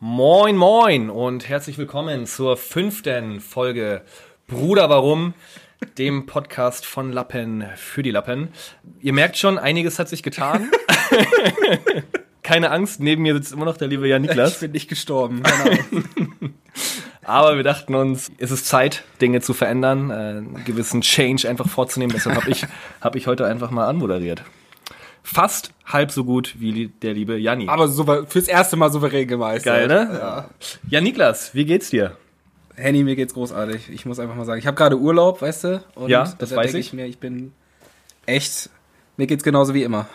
Moin, moin und herzlich willkommen zur fünften Folge Bruder Warum, dem Podcast von Lappen für die Lappen. Ihr merkt schon, einiges hat sich getan. Keine Angst, neben mir sitzt immer noch der liebe Jan Ich Niklas. bin nicht gestorben. Genau. Aber wir dachten uns, es ist Zeit, Dinge zu verändern, äh, einen gewissen Change einfach vorzunehmen. Deshalb habe ich, hab ich heute einfach mal anmoderiert. Fast halb so gut wie li- der liebe Janni. Aber souver- fürs erste Mal souverän Geil, gemeistert. ne? Ja, Niklas, wie geht's dir? Henny, mir geht's großartig. Ich muss einfach mal sagen, ich habe gerade Urlaub, weißt du? Und Ja, das da weiß denke ich. ich mir, ich bin echt, mir geht's genauso wie immer.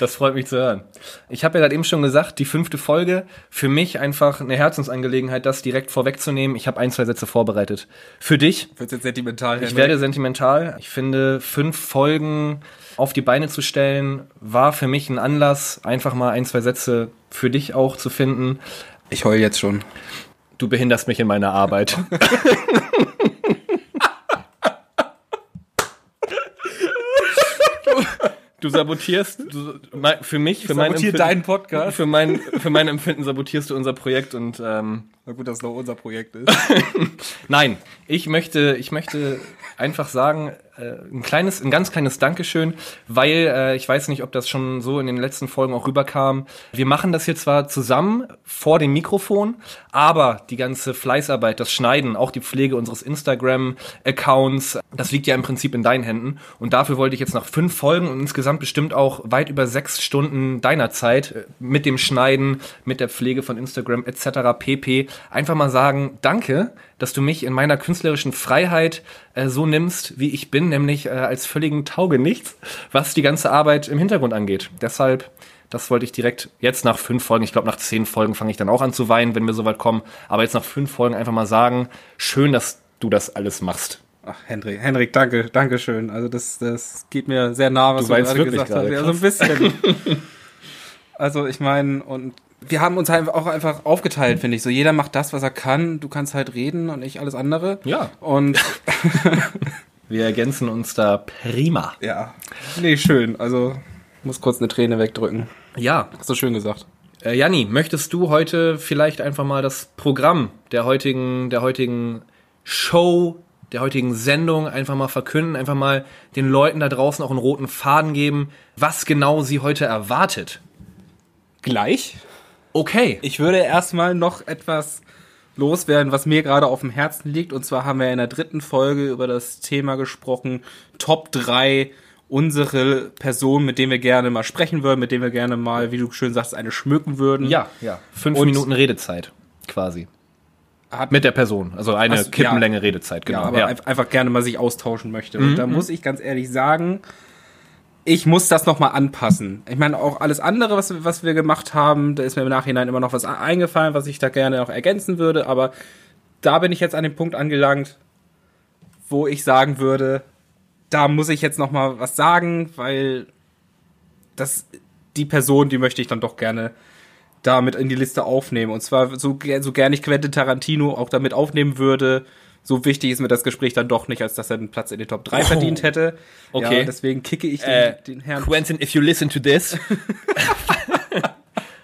Das freut mich zu hören. Ich habe ja gerade eben schon gesagt, die fünfte Folge, für mich einfach eine Herzensangelegenheit, das direkt vorwegzunehmen. Ich habe ein, zwei Sätze vorbereitet. Für dich, Wird's jetzt sentimental, ich Henrik? werde sentimental. Ich finde, fünf Folgen auf die Beine zu stellen, war für mich ein Anlass, einfach mal ein, zwei Sätze für dich auch zu finden. Ich heul jetzt schon. Du behinderst mich in meiner Arbeit. Du sabotierst, du, mein- für mich, für mein sabotiere Empfinden- deinen Podcast. Für mein, für mein Empfinden sabotierst du unser Projekt und ähm, Na gut, dass es noch unser Projekt ist. nein, ich möchte, ich möchte einfach sagen, äh, ein kleines, ein ganz kleines Dankeschön, weil äh, ich weiß nicht, ob das schon so in den letzten Folgen auch rüberkam. Wir machen das hier zwar zusammen vor dem Mikrofon, aber die ganze Fleißarbeit, das Schneiden, auch die Pflege unseres Instagram-Accounts, das liegt ja im Prinzip in deinen Händen. Und dafür wollte ich jetzt nach fünf Folgen und insgesamt bestimmt auch weit über sechs Stunden deiner Zeit äh, mit dem Schneiden, mit der Pflege von Instagram etc. pp. einfach mal sagen, danke, dass du mich in meiner künstlerischen Freiheit äh, so nimmst, wie ich bin, nämlich äh, als völligen Taugenichts, was die ganze Arbeit im Hintergrund angeht. Deshalb, das wollte ich direkt jetzt nach fünf Folgen, ich glaube nach zehn Folgen fange ich dann auch an zu weinen, wenn wir so weit kommen, aber jetzt nach fünf Folgen einfach mal sagen, schön, dass du das alles machst. Ach, Henrik, Henrik, danke, danke schön. Also das, das geht mir sehr nah, was Du du, weinst gerade wirklich gesagt hast. gerade, Ja, so ein bisschen. also ich meine, und wir haben uns halt auch einfach aufgeteilt, finde ich. So jeder macht das, was er kann. Du kannst halt reden und ich alles andere. Ja. Und Wir ergänzen uns da prima. ja, nee, schön. Also muss kurz eine Träne wegdrücken. Ja, Hast du schön gesagt. äh, Janni, möchtest du heute vielleicht einfach mal das Programm der heutigen, der heutigen Show, der heutigen Sendung einfach mal verkünden, einfach mal den Leuten da draußen auch einen roten Faden geben, was genau sie heute erwartet? Gleich? Okay. Ich würde erstmal noch etwas loswerden, was mir gerade auf dem Herzen liegt. Und zwar haben wir in der dritten Folge über das Thema gesprochen, Top 3 unsere Personen, mit denen wir gerne mal sprechen würden, mit denen wir gerne mal, wie du schön sagst, eine schmücken würden. Ja, ja. Fünf Und- Minuten Redezeit quasi. Hat- Mit der Person, also eine Ach so, Kippenlänge Redezeit, Ja, genau. aber Ja. Mhm. einf- einfach gerne mal sich austauschen möchte. Und da muss ich ganz ehrlich sagen, ich muss das nochmal anpassen. Ich meine, auch alles andere, was, wir- was wir gemacht haben, da ist mir im Nachhinein immer noch was a- eingefallen, was ich da gerne noch ergänzen würde. Aber da bin ich jetzt an dem Punkt angelangt, wo ich sagen würde, da muss ich jetzt nochmal was sagen, weil das, die Person, die möchte ich dann doch gerne damit in die Liste aufnehmen. Und zwar so, ger- so gerne ich Quentin Tarantino auch damit aufnehmen würde, so wichtig ist mir das Gespräch dann doch nicht, als dass er einen Platz in den Top 3 verdient hätte. Oh. Okay. Ja, deswegen kicke ich den, Äh, den Herrn. Quentin, if you listen to this,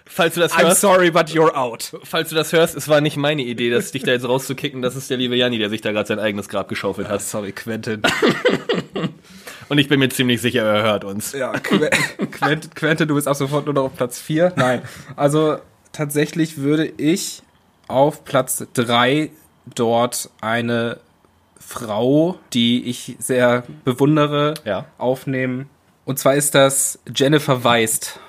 falls du das I'm hörst, sorry, but you're out. falls du das hörst, es war nicht meine Idee, das dich da jetzt rauszukicken. Das ist der liebe Janni, der sich da gerade sein eigenes Grab geschaufelt hat. Sorry, Quentin. Und ich bin mir ziemlich sicher, er hört uns. Ja, Qu- Quentin, Quentin, du bist ab sofort nur noch auf Platz 4. Nein. Also tatsächlich würde ich auf Platz 3 dort eine Frau, die ich sehr bewundere, Ja. aufnehmen. Und zwar ist das Jennifer Weist.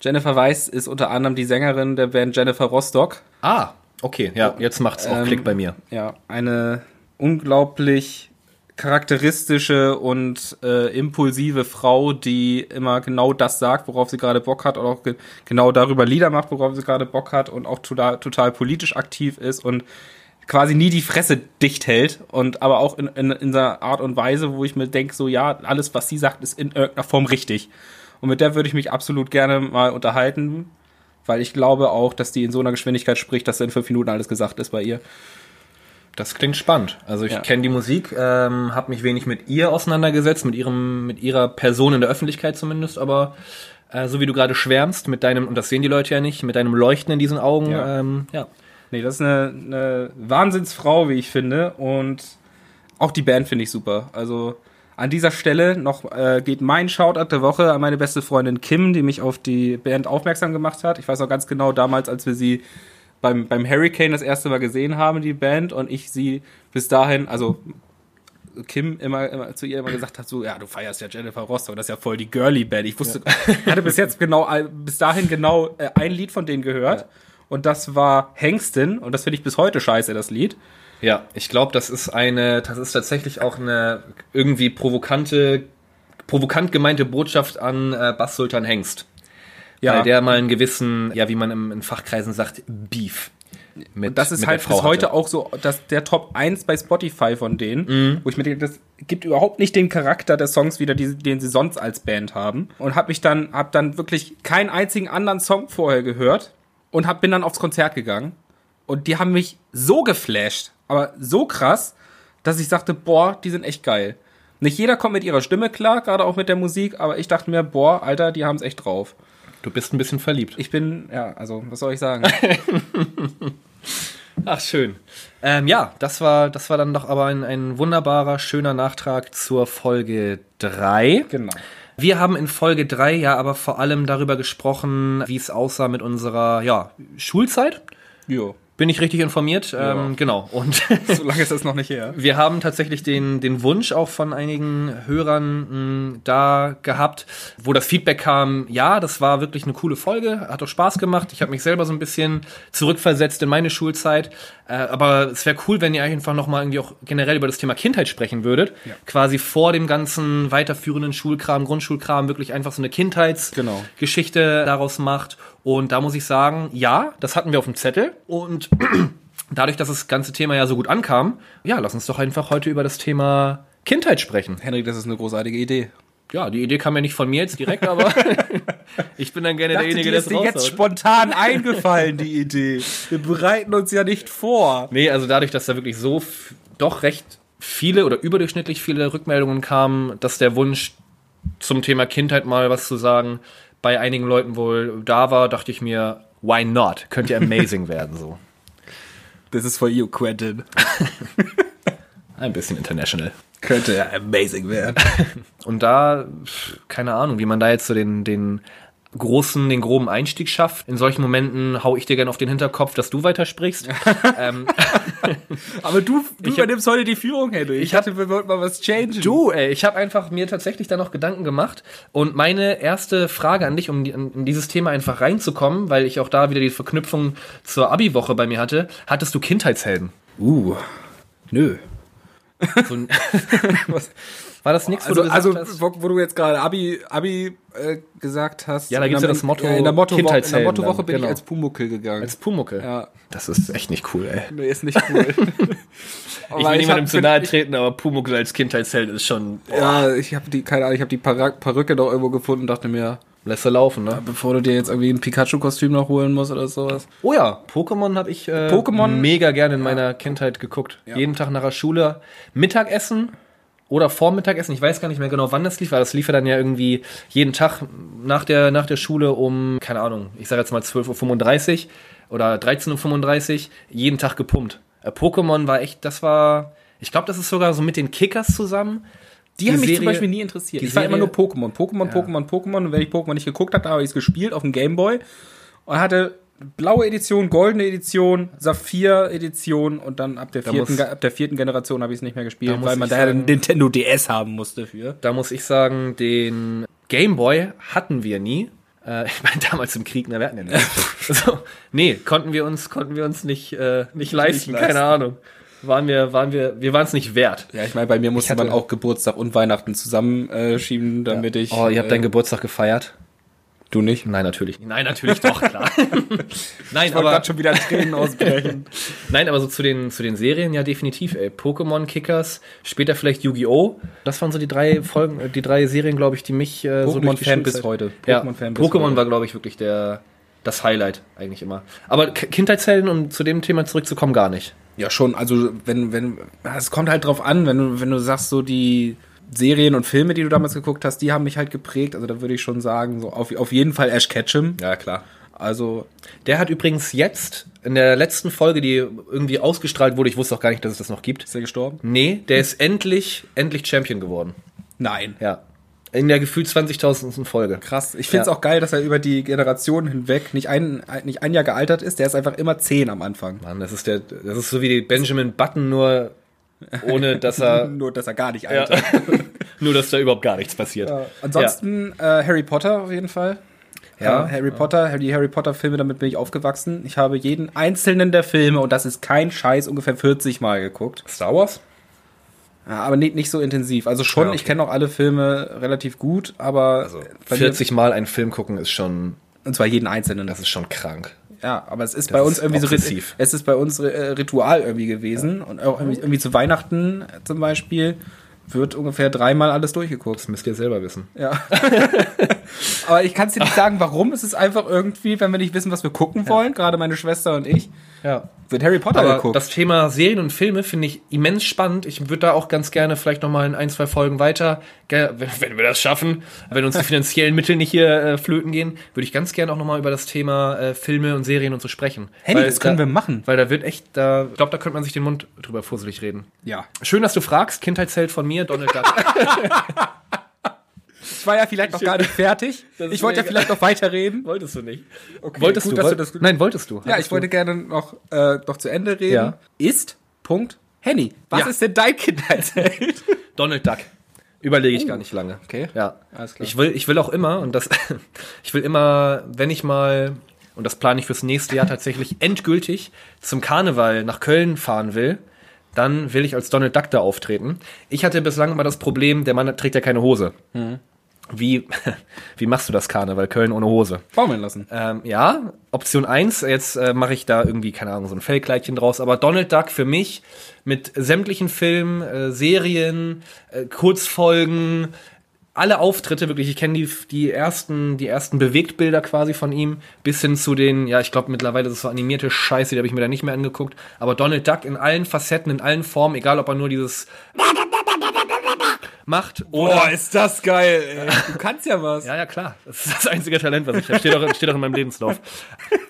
Jennifer Weist ist unter anderem die Sängerin der Band Jennifer Rostock. Ah, okay, ja, jetzt macht's auch Ähm, Klick bei mir. Ja, eine unglaublich charakteristische und äh, impulsive Frau, die immer genau das sagt, worauf sie gerade Bock hat und auch ge genau darüber Lieder macht, worauf sie gerade Bock hat und auch total, total politisch aktiv ist und quasi nie die Fresse dicht hält und aber auch in, in, in einer Art und Weise, wo ich mir denke, so ja, alles, was sie sagt, ist in irgendeiner Form richtig. Und mit der würde ich mich absolut gerne mal unterhalten, weil ich glaube auch, dass die in so einer Geschwindigkeit spricht, dass in fünf Minuten alles gesagt ist bei ihr. Das klingt spannend. Also ich Ja. kenne die Musik, ähm, habe mich wenig mit ihr auseinandergesetzt, mit ihrem, mit ihrer Person in der Öffentlichkeit zumindest, aber äh, so wie du gerade schwärmst mit deinem, und das sehen die Leute ja nicht, mit deinem Leuchten in diesen Augen. Ja. Ähm, ja. Nee, das ist eine, eine Wahnsinnsfrau, wie ich finde. Und auch die Band finde ich super. Also an dieser Stelle noch äh, geht mein Shoutout der Woche an meine beste Freundin Kim, die mich auf die Band aufmerksam gemacht hat. Ich weiß auch ganz genau, damals, als wir sie beim, beim Hurricane das erste Mal gesehen haben, die Band, und ich sie bis dahin, also Kim immer, immer zu ihr immer gesagt hat, so, ja, du feierst ja Jennifer Rostock, das ist ja voll die Girly-Band. Ich wusste, ich hatte bis jetzt genau, ein- bis dahin genau äh, ein Lied von denen gehört. Und das war Hengston, und das finde ich bis heute scheiße, das Lied. Ja, ich glaube, das ist eine, das ist tatsächlich auch eine irgendwie provokante, provokant gemeinte Botschaft an äh, Bass Sultan Hengst. Weil der mal einen gewissen, ja, wie man im, in Fachkreisen sagt, Beef. Mit, Das ist mit halt der Frau bis heute hatte. auch so, dass der Top 1 bei Spotify von denen, Mhm. wo ich mir denke, das gibt überhaupt nicht den Charakter der Songs wieder, die, den sie sonst als Band haben. Und hab mich dann, hab dann wirklich keinen einzigen anderen Song vorher gehört und hab, bin dann aufs Konzert gegangen. Und die haben mich so geflasht, aber so krass, dass ich sagte, boah, die sind echt geil. Nicht jeder kommt mit ihrer Stimme klar, gerade auch mit der Musik, aber ich dachte mir, boah, Alter, die haben es echt drauf. Du bist ein bisschen verliebt. Ich bin, ja, also, was soll ich sagen? Ach, schön. Ähm, ja, das war, das war dann doch aber ein, ein wunderbarer, schöner Nachtrag zur Folge 3. genau. Wir haben in Folge 3 ja aber vor allem darüber gesprochen, wie es aussah mit unserer ja, Schulzeit. Jo. Bin ich richtig informiert? Ähm, genau. Und So lange ist das noch nicht her. wir haben tatsächlich den, den Wunsch auch von einigen Hörern mh, da gehabt, wo das Feedback kam, ja, das war wirklich eine coole Folge, hat auch Spaß gemacht. Ich habe mich selber so ein bisschen zurückversetzt in meine Schulzeit. Äh, aber es wäre cool, wenn ihr einfach nochmal irgendwie auch generell über das Thema Kindheit sprechen würdet. Quasi vor dem ganzen weiterführenden Schulkram, Grundschulkram, wirklich einfach so eine Kindheits- Genau. Geschichte daraus macht. Und da muss ich sagen, ja, das hatten wir auf dem Zettel. Und dadurch, dass das ganze Thema ja so gut ankam, ja, lass uns doch einfach heute über das Thema Kindheit sprechen. Henrik, das ist eine großartige Idee. Ja, die Idee kam ja nicht von mir jetzt direkt, aber ich bin dann gerne derjenige, der es raushaut. spontan eingefallen, die Idee. Wir bereiten uns ja nicht vor. Nee, also dadurch, dass da wirklich so f- doch recht viele oder überdurchschnittlich viele Rückmeldungen kamen, dass der Wunsch zum Thema Kindheit mal was zu sagen bei einigen Leuten wohl da war, dachte ich mir, why not? Könnte amazing werden so. This is for you, Quentin. Ein bisschen international. Könnte ja amazing werden. Und da, pf, keine Ahnung, wie man da jetzt so den, den großen, den groben Einstieg schafft. In solchen Momenten hau ich dir gerne auf den Hinterkopf, dass du weitersprichst. ähm, Aber du, du hab- übernimmst heute die Führung, Henrik. Ich hatte, wir wollten mal was changen. du, ey, ich habe einfach mir tatsächlich da noch Gedanken gemacht. Und meine erste Frage an dich, um die, in dieses Thema einfach reinzukommen, weil ich auch da wieder die Verknüpfung zur Abi-Woche bei mir hatte, hattest du Kindheitshelden? Uh, nö. So, ein- Was? war das nichts, Also, gesagt also hast? wo, wo du jetzt gerade Abi, Abi äh, gesagt hast. Ja, da gibt's ja das Motto in der Motto in der Kindheitshelden Mottowoche dann, bin genau. ich als Pumuckel gegangen. Als Pumuckel. ja, Das ist echt nicht cool, ey. nee, ist nicht cool. Aber Ich will niemandem Oh, hab- zu nahe treten, aber Pumuckel als Kindheitsheld ist schon... Ja, ich habe die, keine Ahnung, ich habe die Para- Perücke noch irgendwo gefunden und dachte mir, Lässt er laufen, ne? bevor du dir jetzt irgendwie ein Pikachu-Kostüm noch holen musst oder sowas. Oh ja, Pokémon habe ich äh, Pokémon- mega gerne in meiner Kindheit geguckt. Jeden Tag nach der Schule Mittagessen oder Vormittagessen. Ich weiß gar nicht mehr genau, wann das lief, weil das lief ja dann ja irgendwie jeden Tag nach der, nach der Schule um, keine Ahnung, ich sage jetzt mal 12.35 Uhr oder 13.35 Uhr, jeden Tag gepumpt. Äh, Pokémon war echt, das war, ich glaube, das ist sogar so mit den Kickers zusammen. Die, haben mich zum Serie- Beispiel nie interessiert. die Ich war immer nur Serie- Pokémon, Pokémon, Pokémon, Pokémon. Und wenn ich Pokémon nicht geguckt hatte, habe ich es gespielt auf dem Gameboy und hatte blaue Edition, goldene Edition, Saphir Edition und dann ab der vierten, muss- Ge- ab der vierten Generation habe ich es nicht mehr gespielt, muss weil man ich daher sagen- einen Nintendo DS haben musste für. Da muss ich sagen, den Game Boy hatten wir nie. Äh, ich meine, damals im Krieg, na, wir hatten den nicht. so, nee, konnten wir uns, konnten wir uns nicht, äh, nicht leisten, leisten. keine Ahnung. Waren wir, waren wir, wir waren es nicht wert. Ja, ich meine, bei mir musste hatte- man auch Geburtstag und Weihnachten zusammenschieben, damit ich. Oh, ihr habt äh, deinen Geburtstag gefeiert? du nicht. Nein, natürlich. Nein, natürlich doch, klar. nein, Ich wollte aber, gerade schon wieder Tränen ausbrechen. nein, aber so zu den, zu den Serien, ja, definitiv, ey. Pokémon, Kickers, später vielleicht Yu-Gi-Oh! Das waren so die drei Folgen, äh, die drei Serien, glaube ich, die mich, äh, so durch die Pokémon-Fan bis Schulzeit- heute. Ja, Pokémon-Fan bis Pokémon heute. war, glaube ich, wirklich der, das Highlight eigentlich immer. Aber K Kindheitshelden, um zu dem Thema zurückzukommen, gar nicht. Ja, schon. Also, wenn, wenn, es kommt halt drauf an, wenn du, wenn du sagst, so die Serien und Filme, die du damals geguckt hast, die haben mich halt geprägt. Also da würde ich schon sagen, so auf, auf jeden Fall Ash Ketchum. Ja, klar. Also Der hat übrigens jetzt in der letzten Folge, die irgendwie ausgestrahlt wurde, ich wusste auch gar nicht, dass es das noch gibt. ist er gestorben? Nee, der ist endlich, endlich Champion geworden. Nein. Ja. In der gefühlt 20.000. Folge. Krass. Ich finde es Ja. auch geil, dass er über die Generation hinweg nicht ein, ein- nicht ein Jahr gealtert ist. Der ist einfach immer zehn am Anfang. Mann, das ist der, das ist so wie die Benjamin Button, nur ohne dass er, Äh, Nur, dass er gar nicht altert. nur dass da überhaupt gar nichts passiert. Ja. Ansonsten äh, Harry Potter auf jeden Fall. Ja. Ja, Harry Potter, die Harry Potter Filme, damit bin ich aufgewachsen. Ich habe jeden einzelnen der Filme, und das ist kein Scheiß, ungefähr 40 Mal geguckt. Star Wars? Ja, aber nicht, nicht so intensiv. Also schon, Ja, okay. ich kenne auch alle Filme relativ gut, aber Also bei 40 Mal einen Film gucken ist schon, Mir, und zwar jeden einzelnen. das ist schon krank. Ja, aber es ist bei uns ist irgendwie obsessiv. so es ist bei uns äh, Ritual irgendwie gewesen und auch irgendwie, irgendwie zu Weihnachten äh, zum Beispiel wird ungefähr dreimal alles durchgeguckt. Das müsst ihr selber wissen. Ja. aber ich kann es dir nicht sagen, warum. Es ist einfach irgendwie, wenn wir nicht wissen, was wir gucken wollen, gerade meine Schwester und ich, Ja. wird Harry Potter Aber geguckt. das Thema Serien und Filme finde ich immens spannend. Ich würde da auch ganz gerne vielleicht nochmal in ein, zwei Folgen weiter, ge- wenn, wenn wir das schaffen, wenn uns die finanziellen Mittel nicht hier äh, flöten gehen, würde ich ganz gerne auch nochmal über das Thema äh, Filme und Serien und so sprechen. Hey, das können da, wir machen. Weil da wird echt, da, ich glaube, da könnte man sich den Mund drüber fusselig reden. ja. Schön, dass du fragst. Kindheitsheld von mir, Donald Duck. Ich war ja vielleicht noch gar nicht fertig. Das ist Ich wollte ja mega. vielleicht noch weiterreden. wolltest du nicht. Okay, wolltest gut, du, dass woll- du das gut- Nein, wolltest du. Ja, ich wollte gerne noch, äh, noch zu Ende reden. Ja. Ist Punkt Henny. Was Ja. ist denn dein Kindheitsheld? Donald Duck. Überlege ich gar nicht lange. Okay. Ja. Alles klar. Ich will, ich will auch immer, und das, ich will immer, wenn ich mal, und das plane ich fürs nächste Jahr tatsächlich endgültig, zum Karneval nach Köln fahren will, dann will ich als Donald Duck da auftreten. Ich hatte bislang immer das Problem, der Mann trägt ja keine Hose. Wie, wie machst du das Karneval Köln ohne Hose? Baumeln lassen. Ähm, ja, Option 1, jetzt äh, mache ich da irgendwie, keine Ahnung, so ein Fellkleidchen draus, aber Donald Duck für mich mit sämtlichen Filmen, äh, Serien, äh, Kurzfolgen, alle Auftritte wirklich, ich kenne die, die ersten, die ersten Bewegtbilder quasi von ihm, bis hin zu den, ja, ich glaube mittlerweile ist es so animierte Scheiße, die habe ich mir da nicht mehr angeguckt, aber Donald Duck in allen Facetten, in allen Formen, egal ob er nur dieses macht oder ist das geil. Ey. Du kannst ja was. ja, ja, klar. Das ist das einzige Talent, was ich habe. Steht auch, steht auch in meinem Lebenslauf.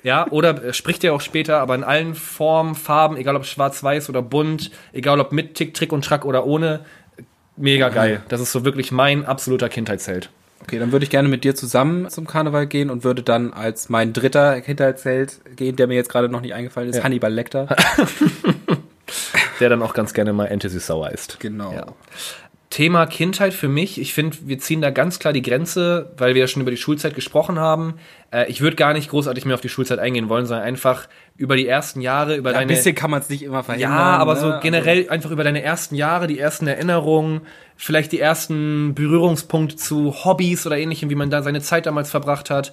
Ja, oder äh, spricht ja auch später, aber in allen Formen, Farben, egal ob schwarz-weiß oder bunt, egal ob mit Tick, Trick und Track oder ohne, äh, mega geil. Das ist so wirklich mein absoluter Kindheitsheld. Okay, dann würde ich gerne mit dir zusammen zum Karneval gehen und würde dann als mein dritter Kindheitsheld gehen, der mir jetzt gerade noch nicht eingefallen ist, Hannibal Lecter. Der dann auch ganz gerne mal Entity Sauer ist. Genau. Ja. Thema Kindheit für mich, ich finde, wir ziehen da ganz klar die Grenze, weil wir ja schon über die Schulzeit gesprochen haben. Äh, ich würde gar nicht großartig mehr auf die Schulzeit eingehen wollen, sondern einfach über die ersten Jahre, über Ein deine... bisschen kann man es nicht immer verhindern. Ja, aber ne? so generell einfach über deine ersten Jahre, die ersten Erinnerungen, vielleicht die ersten Berührungspunkte zu Hobbys oder ähnlichem, wie man da seine Zeit damals verbracht hat.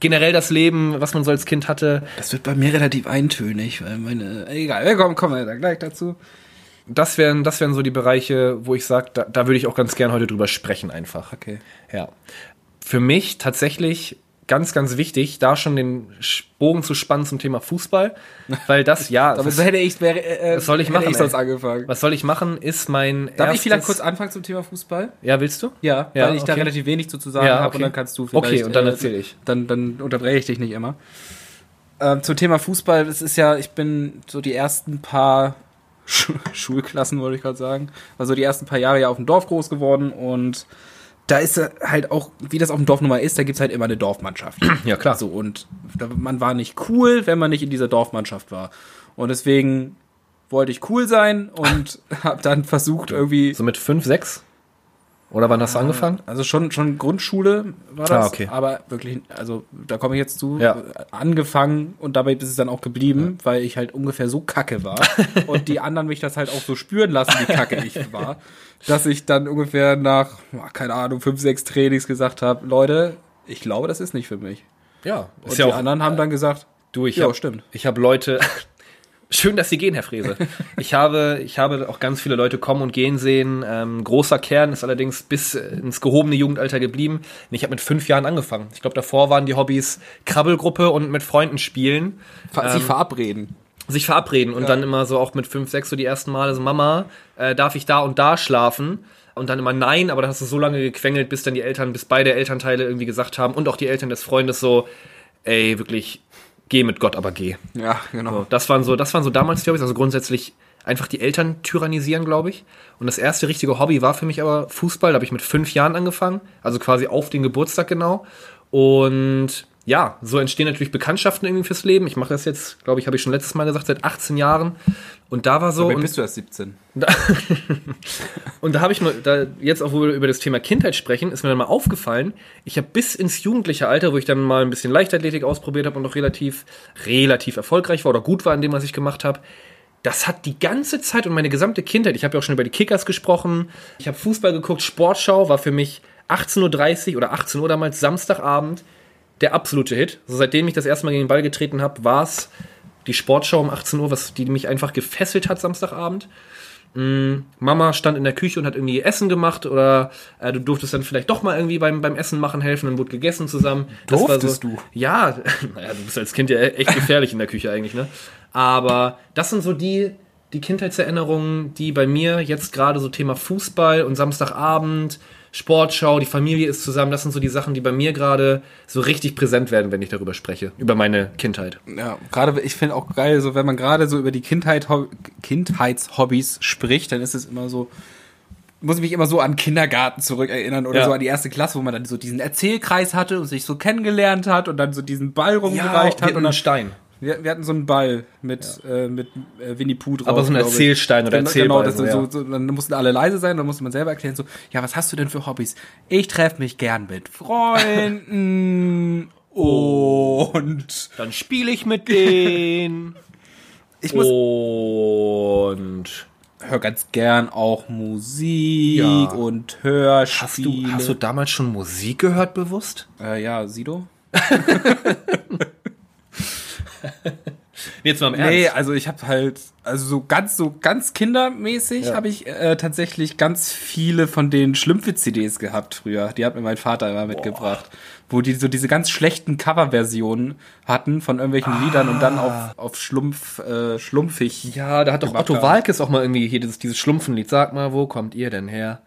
Generell das Leben, was man so als Kind hatte. Das wird bei mir relativ eintönig, weil meine. Egal, komm, kommen wir da gleich dazu. Das wären, das wären so die Bereiche, wo ich sage, da, da würde ich auch ganz gern heute drüber sprechen einfach. Okay. Ja. Für mich tatsächlich ganz, ganz wichtig, da schon den Sch- Bogen zu spannen zum Thema Fußball, weil das, ja, Aber was, so hätte ich wäre. Äh, was soll ich hätte machen, Ich sonst ey? angefangen. was soll ich machen, ist mein Darf ich vielleicht kurz anfangen zum Thema Fußball? Ja, willst du? Ja, Ja, weil ich da okay. relativ wenig zu, zu sagen Ja, habe okay. und dann kannst du Okay, und dann äh, erzähl ich. Dann, dann unterbreche ich dich nicht immer. Ähm, zum Thema Fußball, das ist ja, ich bin so die ersten paar Schu Schulklassen, wollte ich gerade sagen, also die ersten paar Jahre ja auf dem Dorf groß geworden und da ist äh, halt auch, wie das auf dem Dorf nun mal ist, da gibt's halt immer eine Dorfmannschaft. Ja, klar. So, und da, man war nicht cool, wenn man nicht in dieser Dorfmannschaft war. Und deswegen wollte ich cool sein und habe dann versucht, irgendwie So mit fünf, sechs? Oder wann hast du angefangen? also schon, schon Grundschule war das. Ah, okay. Aber wirklich, also da komme ich jetzt zu, Ja. angefangen und dabei ist es dann auch geblieben, weil ich halt ungefähr so kacke war und die anderen mich das halt auch so spüren lassen, wie kacke ich war, dass ich dann ungefähr nach, ah, keine Ahnung, fünf, sechs Trainings gesagt habe, Leute, ich glaube, das ist nicht für mich. Ja, ist Und ja die auch. äh, anderen haben dann gesagt, du, ich Ja, hab, stimmt. Ich habe Leute. Schön, dass Sie gehen, Herr Frese. Ich habe, ich habe auch ganz viele Leute kommen und gehen sehen. Ähm, großer Kern ist allerdings bis äh, ins gehobene Jugendalter geblieben. Und Ich habe mit fünf Jahren angefangen. Ich glaube, davor waren die Hobbys Krabbelgruppe und mit Freunden spielen. ver- ähm, sie verabreden. sich verabreden und dann immer so auch mit fünf, sechs so die ersten Male so, Mama, äh, darf ich da und da schlafen? und dann immer nein, aber dann hast du so lange gequengelt, bis dann die Eltern, bis beide Elternteile irgendwie gesagt haben und auch die Eltern des Freundes so, ey, wirklich, geh mit Gott, aber geh. Ja, genau. So, das waren so, das waren so damals die Hobbys, also grundsätzlich einfach die Eltern tyrannisieren, glaube ich. Und das erste richtige Hobby war für mich aber Fußball, da habe ich mit fünf Jahren angefangen, also quasi auf den Geburtstag genau. Und ja, so entstehen natürlich Bekanntschaften irgendwie fürs Leben. Ich mache das jetzt, glaube ich, habe ich schon letztes Mal gesagt, seit 18 Jahren. Und da war so. Dabei und- bist du erst 17. da- und da habe ich mal, da jetzt auch, wo wir über das Thema Kindheit sprechen, ist mir dann mal aufgefallen, ich habe bis ins jugendliche Alter, wo ich dann mal ein bisschen Leichtathletik ausprobiert habe und auch relativ, relativ erfolgreich war oder gut war in dem, was ich gemacht habe, das hat die ganze Zeit und meine gesamte Kindheit, ich habe ja auch schon über die Kickers gesprochen, ich habe Fußball geguckt, Sportschau war für mich 18.30 Uhr oder 18 Uhr damals, Samstagabend, der absolute Hit. So seitdem ich das erste Mal gegen den Ball getreten habe, war es die Sportschau um 18 Uhr, was, die mich einfach gefesselt hat Samstagabend. Mm, Mama stand in der Küche und hat irgendwie Essen gemacht oder äh, du durftest dann vielleicht doch mal irgendwie beim, beim Essen machen helfen und wurde gegessen zusammen. Durftest so, du? Ja, naja, du bist als Kind ja echt gefährlich in der Küche eigentlich, ne? Aber das sind so die, die Kindheitserinnerungen, die bei mir jetzt gerade so Thema Fußball und Samstagabend, Sportschau, die Familie ist zusammen, das sind so die Sachen, die bei mir gerade so richtig präsent werden, wenn ich darüber spreche, über meine Kindheit. Ja, gerade ich finde auch geil, so wenn man gerade so über die Kindheit Hob- Kindheitshobbys spricht, dann ist es immer so muss ich mich immer so an Kindergarten zurückerinnern oder Ja. so an die erste Klasse, wo man dann so diesen Erzählkreis hatte und sich so kennengelernt hat und dann so diesen Ball rumgereicht hat und dann Stein. wir, wir hatten so einen Ball mit äh, mit äh, Winnie Pooh drauf. Aber so ein glaub ich. Erzählstein oder Genau, Genau, das, Erzählweise, so, so, dann mussten alle leise sein, dann musste man selber erklären so, ja, was hast du denn für Hobbys? Ich treffe mich gern mit Freunden und Dann spiele ich mit denen. ich muss Und höre ganz gern auch Musik Ja. und Hörspiele. hast du, hast du damals schon Musik gehört bewusst? äh, ja, Sido? Jetzt mal im Nee, also ich habe halt, also so ganz, so ganz kindermäßig habe ich äh, tatsächlich ganz viele von den Schlümpfe-CDs gehabt früher. Die hat mir mein Vater immer mitgebracht. Wo die so diese ganz schlechten Coverversionen hatten von irgendwelchen Liedern und dann auf, auf Schlumpf, äh, schlumpfig. Ah. Ja, da hat doch Gemacht Otto haben. Walkes auch mal irgendwie hier dieses, dieses Schlumpfenlied. Sag mal, wo kommt ihr denn her?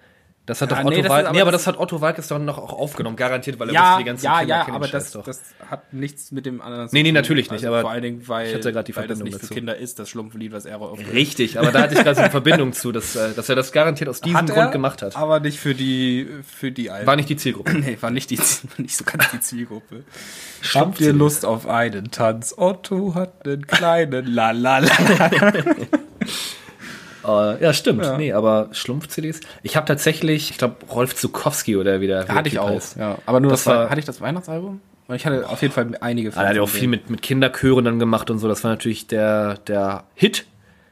Das hat doch Ja, Otto nee, das ist Walkes. aber- Nee, aber das- das hat Otto Walkes dann noch auch aufgenommen, garantiert, weil er Ja, wusste, die ganzen ja, Kinder ja, kennen aber den Scheiß das, doch. das hat nichts mit dem anderen zu Nee, nee, tun. Also natürlich nicht, aber vor allen Dingen, weil, ich hatte grad die weil das Verbindung nicht für dazu. Kinder ist, das Schlumpflied, was er auf Richtig, aber da hatte ich gerade so eine Verbindung zu, dass, äh, dass er das garantiert aus diesem Hat er, Grund gemacht hat. Aber nicht für die, für die Alten. War nicht die Zielgruppe. nee, war nicht, die, war nicht so ganz die Zielgruppe. Habt Schlumpflied. ihr Lust auf einen Tanz? Otto hat einen kleinen La la la. Äh, ja, stimmt. Nee, aber Schlumpf-CDs. Ich habe tatsächlich, ich glaube, Rolf Zukowski oder wie der. wie der Typ heißt. Ja, aber nur Das das, war, war- hatte ich das Weihnachtsalbum? Weil Ich hatte auf jeden Fall einige von Ah, der hat ja auch denen. viel mit, mit Kinderchören dann gemacht und so. Das war natürlich der, der Hit.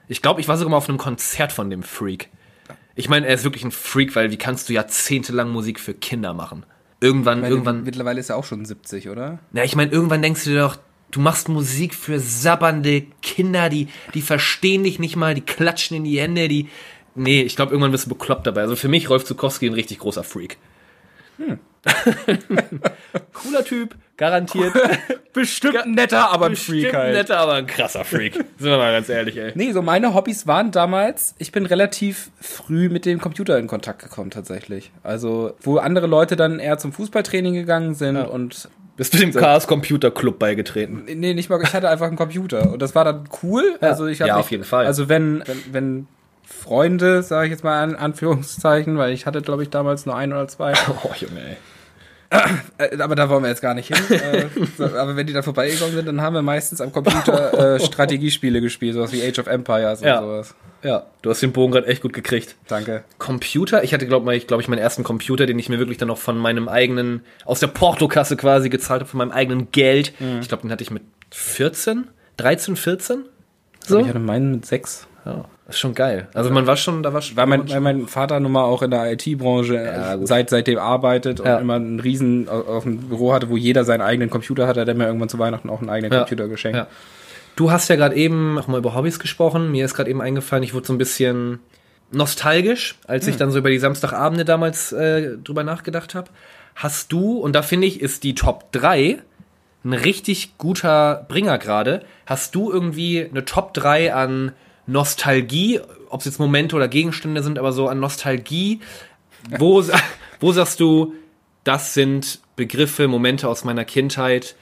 Ich glaube, ich war sogar mal auf einem Konzert von dem Freak. Ich meine, er ist wirklich ein Freak, weil wie kannst du jahrzehntelang Musik für Kinder machen? Irgendwann, Weil irgendwann. Mittlerweile ist er auch schon 70, oder? Na, ich meine, irgendwann denkst du dir doch, du machst Musik für sabbernde Kinder, die, die verstehen dich nicht mal, die klatschen in die Hände, die. Nee, ich glaube, irgendwann wirst du bekloppt dabei. Also für mich Rolf Zukowski ein richtig großer Freak. Hm. Cooler Typ, garantiert. Bestimmt ein netter, aber ein halt. Bestimmt netter, aber ein krasser Freak. Sind wir mal ganz ehrlich, ey. Nee, so meine Hobbys waren damals, ich bin relativ früh mit dem Computer in Kontakt gekommen tatsächlich. Also, wo andere Leute dann eher zum Fußballtraining gegangen sind und Bist du dem Chaos Computer Club beigetreten? nee, nicht mal, ich hatte einfach einen Computer und das war dann cool. Also, ich hab Ja, nicht, auf jeden Fall. Also, wenn wenn, wenn Freunde, sage ich jetzt mal in Anführungszeichen, weil ich hatte glaube ich damals nur ein oder zwei. Oh, Junge, ey. Äh, aber da wollen wir jetzt gar nicht hin. äh, so, aber wenn die da vorbeigekommen sind, dann haben wir meistens am Computer äh, Strategiespiele gespielt, sowas wie Age of Empires und Ja. sowas. Ja, du hast den Bogen gerade echt gut gekriegt. Danke. Computer, ich hatte, glaube ich, glaub ich, meinen ersten Computer, den ich mir wirklich dann noch von meinem eigenen, aus der Portokasse quasi gezahlt habe, von meinem eigenen Geld. Mhm. Ich glaube, den hatte ich mit 14, 13, 14. So? Ich hatte meinen mit sechs. Ja, das ist schon geil. Also man war schon, da war schon. Weil mein, weil mein Vater nun mal auch in der IT-Branche Ja, äh, gut. seit, seitdem arbeitet und Ja. immer einen riesen au- auf dem Büro hatte, wo jeder seinen eigenen Computer hatte, der mir irgendwann zu Weihnachten auch einen eigenen Ja. Computer geschenkt. Ja. Du hast ja gerade eben noch mal über Hobbys gesprochen. Mir ist gerade eben eingefallen, ich wurde so ein bisschen nostalgisch, als ich dann so über die Samstagabende damals äh, drüber nachgedacht habe. Hast du, und da finde ich, ist die Top 3 ein richtig guter Bringer gerade. Hast du irgendwie eine Top 3 an Nostalgie, ob es jetzt Momente oder Gegenstände sind, aber so an Nostalgie, Wo, sa- wo sagst du, das sind Begriffe, Momente aus meiner Kindheit,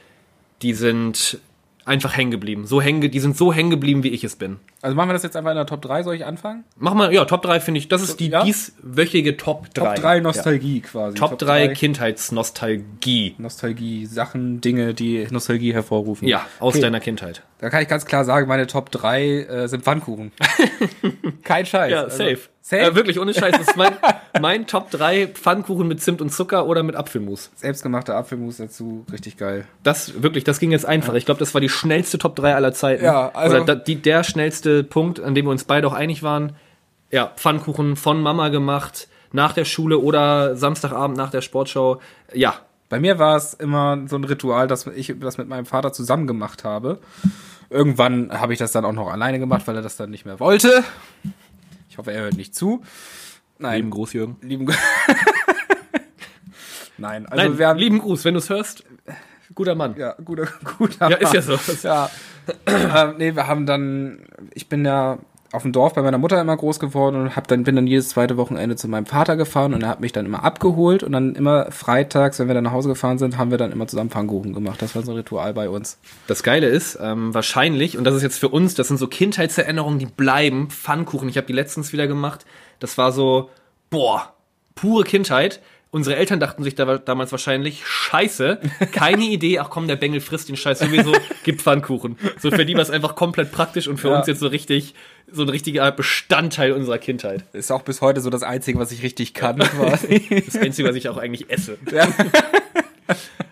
die sind einfach hängen geblieben. So hängen, ge- die sind so hängen geblieben, wie ich es bin. Also machen wir das jetzt einfach in der Top 3, soll ich anfangen? Mach mal, ja, Top 3 finde ich, das ist die Ja. dieswöchige Top 3. Top 3 Ja. Nostalgie quasi. Top 3 drei Kindheitsnostalgie. Nostalgie, Sachen, Dinge, die Nostalgie hervorrufen. Ja, aus Okay. deiner Kindheit. Da kann ich ganz klar sagen, meine Top 3 äh, sind Pfannkuchen. Kein Scheiß. Also, safe? safe. Äh, wirklich, ohne Scheiß. Das ist mein, mein Top 3 Pfannkuchen mit Zimt und Zucker oder mit Apfelmus. Selbstgemachte Apfelmus dazu, richtig geil. Das wirklich, das ging jetzt einfach. Ich glaube, das war die schnellste Top 3 aller Zeiten. Ja, also- Oder da, die, der schnellste Punkt, an dem wir uns beide auch einig waren. Ja, Pfannkuchen von Mama gemacht, nach der Schule oder Samstagabend nach der Sportschau. Ja, Bei mir war es immer so ein Ritual, dass ich das mit meinem Vater zusammen gemacht habe. Irgendwann habe ich das dann auch noch alleine gemacht, weil er das dann nicht mehr wollte. Ich hoffe, er hört nicht zu. Nein, lieben Gruß, Jürgen. lieben Gr- Nein, also Nein, wir haben lieben Gruß, wenn du es hörst, guter Mann. ja guter guter Ja, ist ja Mann. so. Ja. ähm, nee, wir haben dann ich bin ja auf dem Dorf bei meiner Mutter immer groß geworden und hab dann bin dann jedes zweite Wochenende zu meinem Vater gefahren und er hat mich dann immer abgeholt und dann immer freitags, wenn wir dann nach Hause gefahren sind, haben wir dann immer zusammen Pfannkuchen gemacht. Das war so ein Ritual bei uns. Das Geile ist, ähm, wahrscheinlich, und das ist jetzt für uns, das sind so Kindheitserinnerungen, die bleiben. Pfannkuchen, ich habe die letztens wieder gemacht. Das war so, boah, pure Kindheit. Unsere Eltern dachten sich da, damals wahrscheinlich, scheiße, keine Idee, ach komm, der Bengel frisst den Scheiß sowieso, gib Pfannkuchen. So für die war es einfach komplett praktisch und für Ja. uns jetzt so richtig, so ein richtiger Bestandteil unserer Kindheit. Ist auch bis heute so das einzige, was ich richtig kann quasi. Das Einzige, was ich auch eigentlich esse. Ja.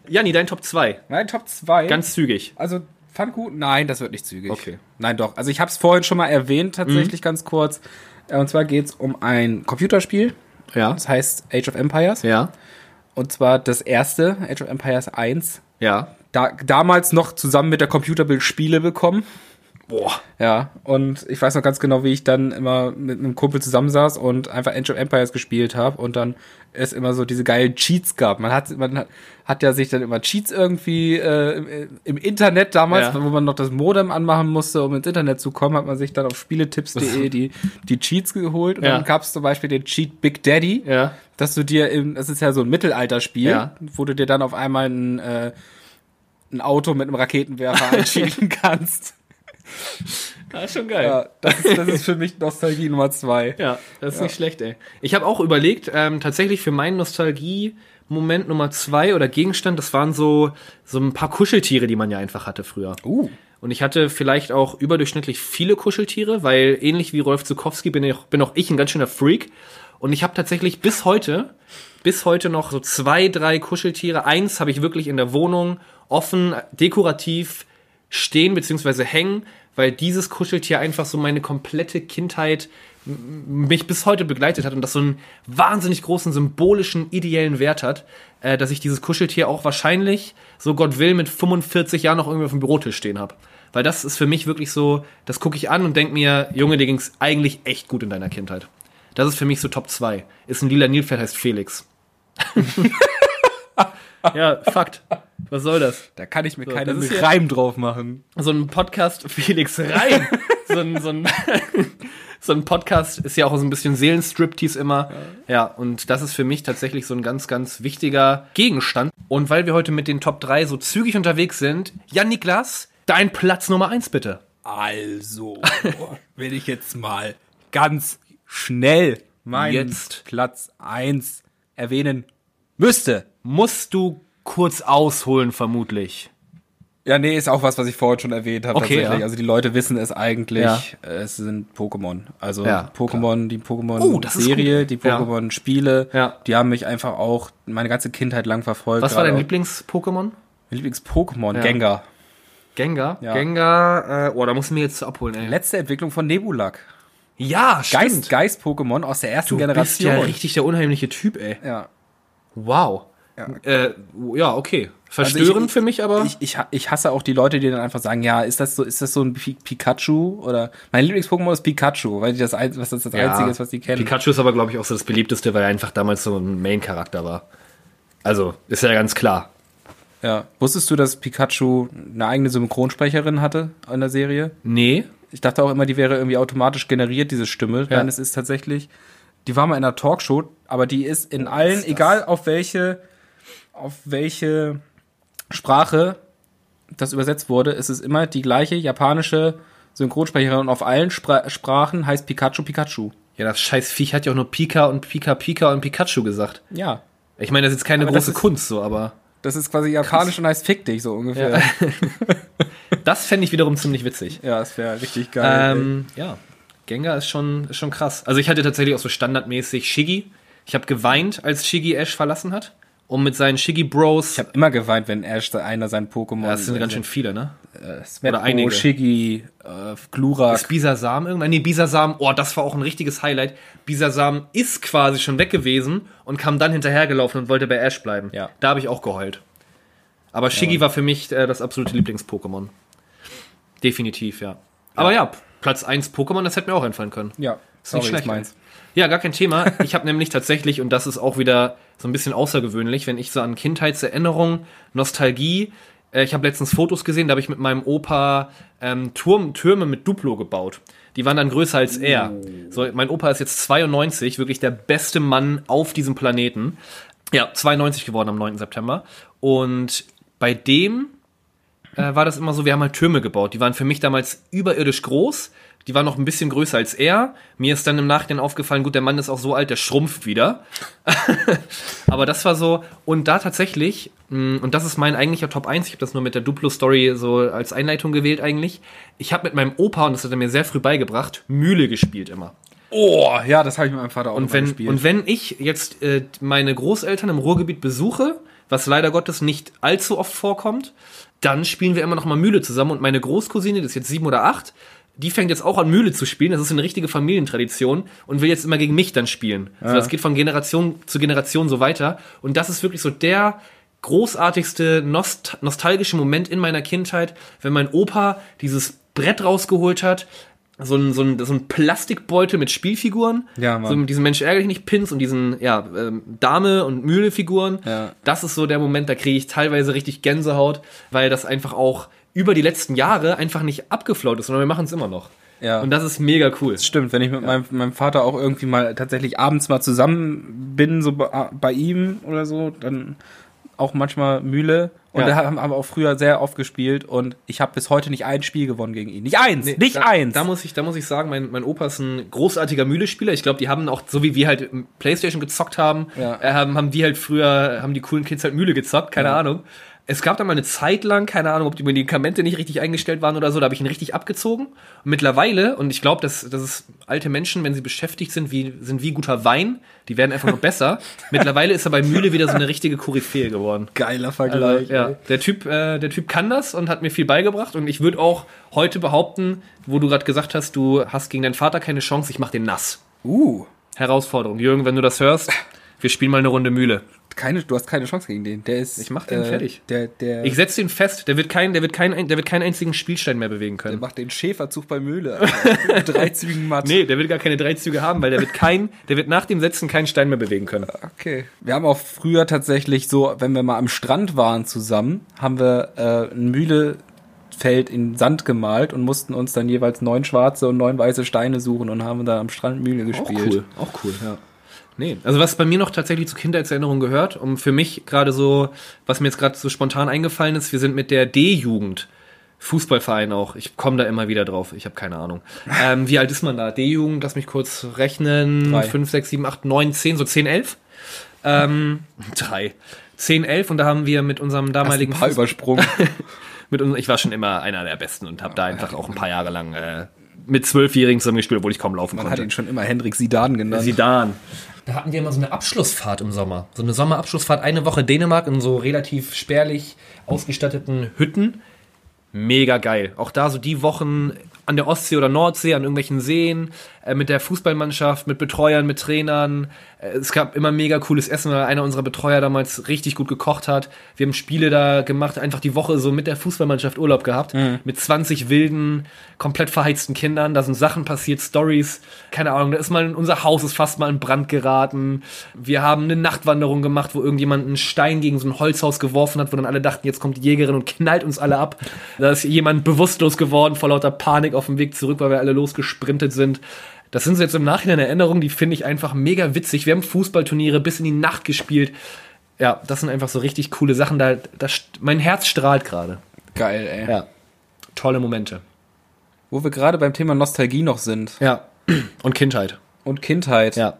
Jani, dein Top 2. Mein Top 2. Ganz zügig. Also Pfannkuchen, nein, das wird nicht zügig. Okay. Nein, doch. Also ich habe es vorhin schon mal erwähnt, tatsächlich Mhm. ganz kurz. Äh, Und zwar geht's um ein Computerspiel, Ja. das heißt Age of Empires. Ja. Und zwar das erste, Age of Empires 1. Ja. Da, damals noch zusammen mit der Computerbild Spiele bekommen. Boah. Ja, und ich weiß noch ganz genau, wie ich dann immer mit einem Kumpel zusammensaß und einfach Age of Empires gespielt habe und dann es immer so diese geilen Cheats gab. Man hat, man hat, hat ja sich dann immer Cheats irgendwie äh, im, im Internet damals, Ja. wo man noch das Modem anmachen musste, um ins Internet zu kommen, hat man sich dann auf spieletipps.de die, die Cheats geholt und Ja. dann gab's zum Beispiel den Cheat Big Daddy Ja. dass du dir im, das ist ja so ein Mittelalterspiel, Ja. wo du dir dann auf einmal ein, äh, ein Auto mit einem Raketenwerfer einschieben kannst. Ah, schon geil. Ja, das, ist- das ist für mich Nostalgie Nummer zwei. Ja, das ist nicht schlecht, ey. Ich habe auch überlegt, ähm, tatsächlich für meinen Nostalgie-Moment Nummer zwei oder Gegenstand, das waren so, so ein paar Kuscheltiere, die man ja einfach hatte früher. Uh, Und ich hatte vielleicht auch überdurchschnittlich viele Kuscheltiere, weil ähnlich wie Rolf Zukowski bin, ich, bin auch ich ein ganz schöner Freak. Und ich habe tatsächlich bis heute, bis heute noch so zwei, drei Kuscheltiere. Eins habe ich wirklich in der Wohnung offen, dekorativ stehen bzw. hängen, weil dieses Kuscheltier einfach so meine komplette Kindheit m- mich bis heute begleitet hat und das so einen wahnsinnig großen symbolischen, ideellen Wert hat, äh, dass ich dieses Kuscheltier auch wahrscheinlich, so Gott will, mit 45 Jahren noch irgendwie auf dem Bürotisch stehen habe. Weil das ist für mich wirklich so, das gucke ich an und denke mir, Junge, dir ging's eigentlich echt gut in deiner Kindheit. Das ist für mich so Top 2. Ist ein lila Nilpferd, heißt Felix. ja, Fakt. Was soll das? da kann ich mir So, keinen das ist ja- Reim drauf machen. so ein Podcast Felix Reim. so, ein, so, ein, so ein Podcast ist ja auch so ein bisschen Seelenstriptease immer. Ja. und das ist für mich tatsächlich so ein ganz, ganz wichtiger Gegenstand. Und weil wir heute mit den Top 3 so zügig unterwegs sind, Jan Niklas, dein Platz Nummer 1 bitte. Also, will ich jetzt mal ganz schnell meinen Jetzt. Platz eins erwähnen müsste. Musst du kurz ausholen, vermutlich. Ja, nee, ist auch was, was ich vorhin schon erwähnt habe Okay, tatsächlich. ja. Also die Leute wissen es eigentlich. Ja. Es sind Pokémon. Also Ja, Pokémon, die Oh, das ist Pokémon-Serie, gut. die Ja. Pokémon-Spiele, Ja. die haben mich einfach auch meine ganze Kindheit lang verfolgt. Was war dein Gerade auch- Lieblings-Pokémon? Mein Lieblings-Pokémon? Gengar. Gengar? Ja. Gengar, äh, oh, da musst du mir jetzt abholen, ey. Letzte Entwicklung von Nebulak. Ja, stimmt. Geist- Geist-Pokémon aus der du ersten bist Generation. ja richtig der unheimliche Typ, ey. ja. Wow. Ja, äh, ja okay. Verstörend Also ich- für mich aber. Ich, ich, ha- ich hasse auch die Leute, die dann einfach sagen, ja, ist das so, ist das so ein Pi- Pikachu? Oder mein Lieblings-Pokémon ist Pikachu, weil die das, ein- was das, das einzige ist, was die kennen. Pikachu ist aber, glaube ich, auch so das beliebteste, weil er einfach damals so ein Main-Charakter war. Also, ist ja ganz klar. Ja. Wusstest du, dass Pikachu eine eigene Synchronsprecherin hatte in der Serie? Nee. Ich dachte auch immer, die wäre irgendwie automatisch generiert, diese Stimme. Nein, es ist tatsächlich Die war mal in einer Talkshow, aber die ist in allen, das? egal auf welche, auf welche Sprache das übersetzt wurde, ist es immer die gleiche japanische Synchronsprecherin und auf allen Spra Sprachen heißt Pikachu Pikachu. Ja, das scheiß Viech hat ja auch nur Pika und Pika Pika und Pikachu gesagt. Ja. Ich meine, das ist jetzt keine Aber das große ist- Kunst so, aber Das ist quasi japanisch und heißt Fick dich so ungefähr. Ja. das fände ich wiederum ziemlich witzig. Ja, das wäre richtig geil. Ähm, ja, Gengar ist schon, ist schon krass. Also ich hatte tatsächlich auch so standardmäßig Shiggy. Ich habe geweint, als Shiggy Ash verlassen hat, um mit seinen Shiggy Bros. ich habe immer geweint, wenn Ash einer sein Pokémon. ja, das sind ganz schön viele, ne? äh, Sveppo, oder einige. Shiggy, äh, Glurak. Ist Bisasam irgendwann? Nee, Bisasam, oh, das war auch ein richtiges Highlight. Bisasam ist quasi schon weg gewesen und kam dann hinterhergelaufen und wollte bei Ash bleiben. Ja. Da habe ich auch geheult. Aber Shiggy war für mich äh, das absolute Lieblings-Pokémon. Definitiv, ja. Aber ja, Platz 1 Pokémon, das hätte mir auch einfallen können. Ja, Ist nicht schlecht. Ja, gar kein Thema. Ich habe nämlich tatsächlich, und das ist auch wieder so ein bisschen außergewöhnlich, wenn ich so an Kindheitserinnerungen, Nostalgie, äh, ich habe letztens Fotos gesehen, da habe ich mit meinem Opa ähm, Turm, Türme mit Duplo gebaut. Die waren dann größer als er. So, mein Opa ist jetzt 92, wirklich der beste Mann auf diesem Planeten. Ja, 92 geworden am 9. September. Und bei dem äh, war das immer so, wir haben halt Türme gebaut. Die waren für mich damals überirdisch groß. Die waren noch ein bisschen größer als er. Mir ist dann im Nachhinein aufgefallen, gut, der Mann ist auch so alt, der schrumpft wieder. Aber das war so, und da tatsächlich, mh, und das ist mein eigentlicher Top 1, ich habe das nur mit der Duplo-Story so als Einleitung gewählt eigentlich. Ich habe mit meinem Opa, und das hat er mir sehr früh beigebracht, Mühle gespielt immer. Oh, ja, das habe ich mit meinem Vater auch Und wenn, und wenn ich jetzt äh, meine Großeltern im Ruhrgebiet besuche, was leider Gottes nicht allzu oft vorkommt, dann spielen wir immer noch mal Mühle zusammen. Und meine Großcousine, die ist jetzt sieben oder acht, die fängt jetzt auch an Mühle zu spielen. Das ist eine richtige Familientradition und will jetzt immer gegen mich dann spielen. Also das geht von Generation zu Generation so weiter. Und das ist wirklich so der großartigste nost nostalgische Moment in meiner Kindheit, wenn mein Opa dieses Brett rausgeholt hat, so ein, so ein, so ein Plastikbeutel mit Spielfiguren, Ja, Mann. so mit diesen Mensch ärgerlich nicht Pins und diesen ja, ähm, Dame und Mühlefiguren. Ja. Das ist so der Moment, da kriege ich teilweise richtig Gänsehaut, weil das einfach auch über die letzten Jahre einfach nicht abgeflaut ist, sondern wir machen es immer noch. Ja. Und das ist mega cool. Stimmt, wenn ich mit meinem, meinem Vater auch irgendwie mal tatsächlich abends mal zusammen bin, so bei, bei ihm oder so, dann auch manchmal Mühle. Und Ja. wir haben aber auch früher sehr oft gespielt und ich habe bis heute nicht ein Spiel gewonnen gegen ihn. Nicht eins, nicht da, eins. Da muss ich, da muss ich sagen, mein, mein Opa ist ein großartiger Mühlespieler. Ich glaube, die haben auch, so wie wir halt Playstation gezockt haben, Ja. äh, haben, haben die halt früher, haben die coolen Kids halt Mühle gezockt, keine Ja. Ahnung. Es gab da mal eine Zeit lang, keine Ahnung, ob die Medikamente nicht richtig eingestellt waren oder so, da habe ich ihn richtig abgezogen. Und mittlerweile, und ich glaube, dass, dass es alte Menschen, wenn sie beschäftigt sind, wie, sind wie guter Wein, die werden einfach nur besser. Mittlerweile ist er bei Mühle wieder so eine richtige Koryphäe geworden. Geiler Also, Vergleich. ja, der typ, äh, der typ kann das und hat mir viel beigebracht. Und ich würde auch heute behaupten, wo du gerade gesagt hast, du hast gegen deinen Vater keine Chance, ich mach den nass. Uh, Herausforderung. Jürgen, wenn du das hörst, wir spielen mal eine Runde Mühle. keine, du hast keine Chance gegen den. Der ist. äh, Ich mach den fertig. Der, der, Ich setze ihn fest, der wird, kein, der, wird kein, der wird keinen einzigen Spielstein mehr bewegen der können. macht den Schäferzug bei Mühle. Alter. Drei Zügen matt. Nee, der wird gar keine drei Züge haben, weil der wird kein, der wird nach dem Setzen keinen Stein mehr bewegen können. Okay. Wir haben auch früher tatsächlich so, wenn wir mal am Strand waren zusammen, haben wir äh, ein Mühlefeld in Sand gemalt und mussten uns dann jeweils neun schwarze und neun weiße Steine suchen und haben dann am Strand Mühle gespielt. Auch cool, auch cool, ja. Nee, also was bei mir noch tatsächlich zu Kindheitserinnerungen gehört, um für mich gerade so, was mir jetzt gerade so spontan eingefallen ist, wir sind mit der D-Jugend, Fußballverein auch, ich komme da immer wieder drauf, ich habe keine Ahnung. Ähm, wie alt ist man da? D-Jugend, lass mich kurz rechnen, Drei. 5, 6, 7, 8, 9, 10, so 10, 11? Ähm, drei. 10, 11 und da haben wir mit unserem Hast ein damaligen paar übersprungen. mit uns, ich war schon immer einer der Besten und Ah, habe da einfach auch ein paar Jahre lang äh, mit Zwölfjährigen zusammengespielt, obwohl ich kaum laufen Man konnte. hat ihn schon immer Hendrik Sidan genannt. Sidan. Da hatten wir immer so eine Abschlussfahrt im Sommer. So eine Sommerabschlussfahrt, eine Woche Dänemark in so relativ spärlich ausgestatteten Hütten. Mega geil. Auch da so die Wochen an der Ostsee oder Nordsee, an irgendwelchen Seen, äh, mit der Fußballmannschaft, mit Betreuern, mit Trainern. Äh, es gab immer mega cooles Essen, weil einer unserer Betreuer damals richtig gut gekocht hat. Wir haben Spiele da gemacht, einfach die Woche so mit der Fußballmannschaft Urlaub gehabt. Mit 20 wilden, komplett verheizten Kindern. Da sind Sachen passiert, Stories. Keine Ahnung, da ist mal, unser Haus ist fast mal in Brand geraten. Wir haben eine Nachtwanderung gemacht, wo irgendjemand einen Stein gegen so ein Holzhaus geworfen hat, wo dann alle dachten, jetzt kommt die Jägerin und knallt uns alle ab. Da ist jemand bewusstlos geworden vor lauter Panik auf dem Weg zurück, weil wir alle losgesprintet sind. Das sind so jetzt im Nachhinein Erinnerungen, die finde ich einfach mega witzig. Wir haben Fußballturniere bis in die Nacht gespielt. Ja, das sind einfach so richtig coole Sachen. Da, da, st- mein Herz strahlt gerade. Geil, ey. Ja. Tolle Momente. Wo wir gerade beim Thema Nostalgie noch sind Ja. Und Kindheit. und Kindheit. Ja.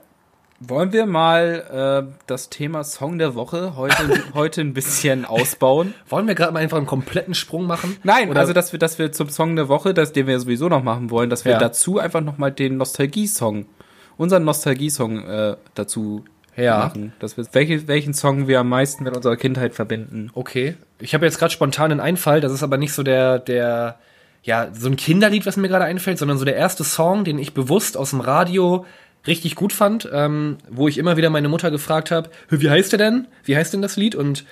Wollen wir mal äh, das Thema Song der Woche heute, heute ein bisschen ausbauen? Wollen wir gerade mal einfach einen kompletten Sprung machen? Nein, Oder- also dass wir, dass wir zum Song der Woche, das, den wir sowieso noch machen wollen, dass wir Ja. dazu einfach nochmal den Nostalgie-Song, unseren Nostalgie-Song äh, dazu Ja. machen. Dass wir, welche, welchen Song wir am meisten mit unserer Kindheit verbinden. Okay. Ich habe jetzt gerade spontan einen Einfall, das ist aber nicht so der, der, ja, so ein Kinderlied, was mir gerade einfällt, sondern so der erste Song, den ich bewusst aus dem Radio richtig gut fand, ähm, wo ich immer wieder meine Mutter gefragt habe, wie heißt der denn? Wie heißt denn das Lied? Und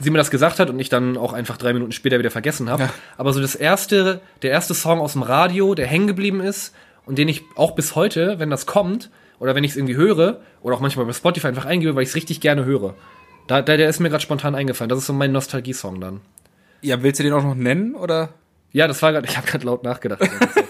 sie mir das gesagt hat und ich dann auch einfach drei Minuten später wieder vergessen habe. Ja. Aber so das erste, der erste Song aus dem Radio, der hängen geblieben ist und den ich auch bis heute, wenn das kommt oder wenn ich es irgendwie höre oder auch manchmal bei Spotify einfach eingebe, weil ich es richtig gerne höre. Da, da, der ist mir gerade spontan eingefallen. Das ist so mein Nostalgie-Song dann. Ja, willst du den auch noch nennen? Oder? Ja, das war gerade, ich habe gerade laut nachgedacht.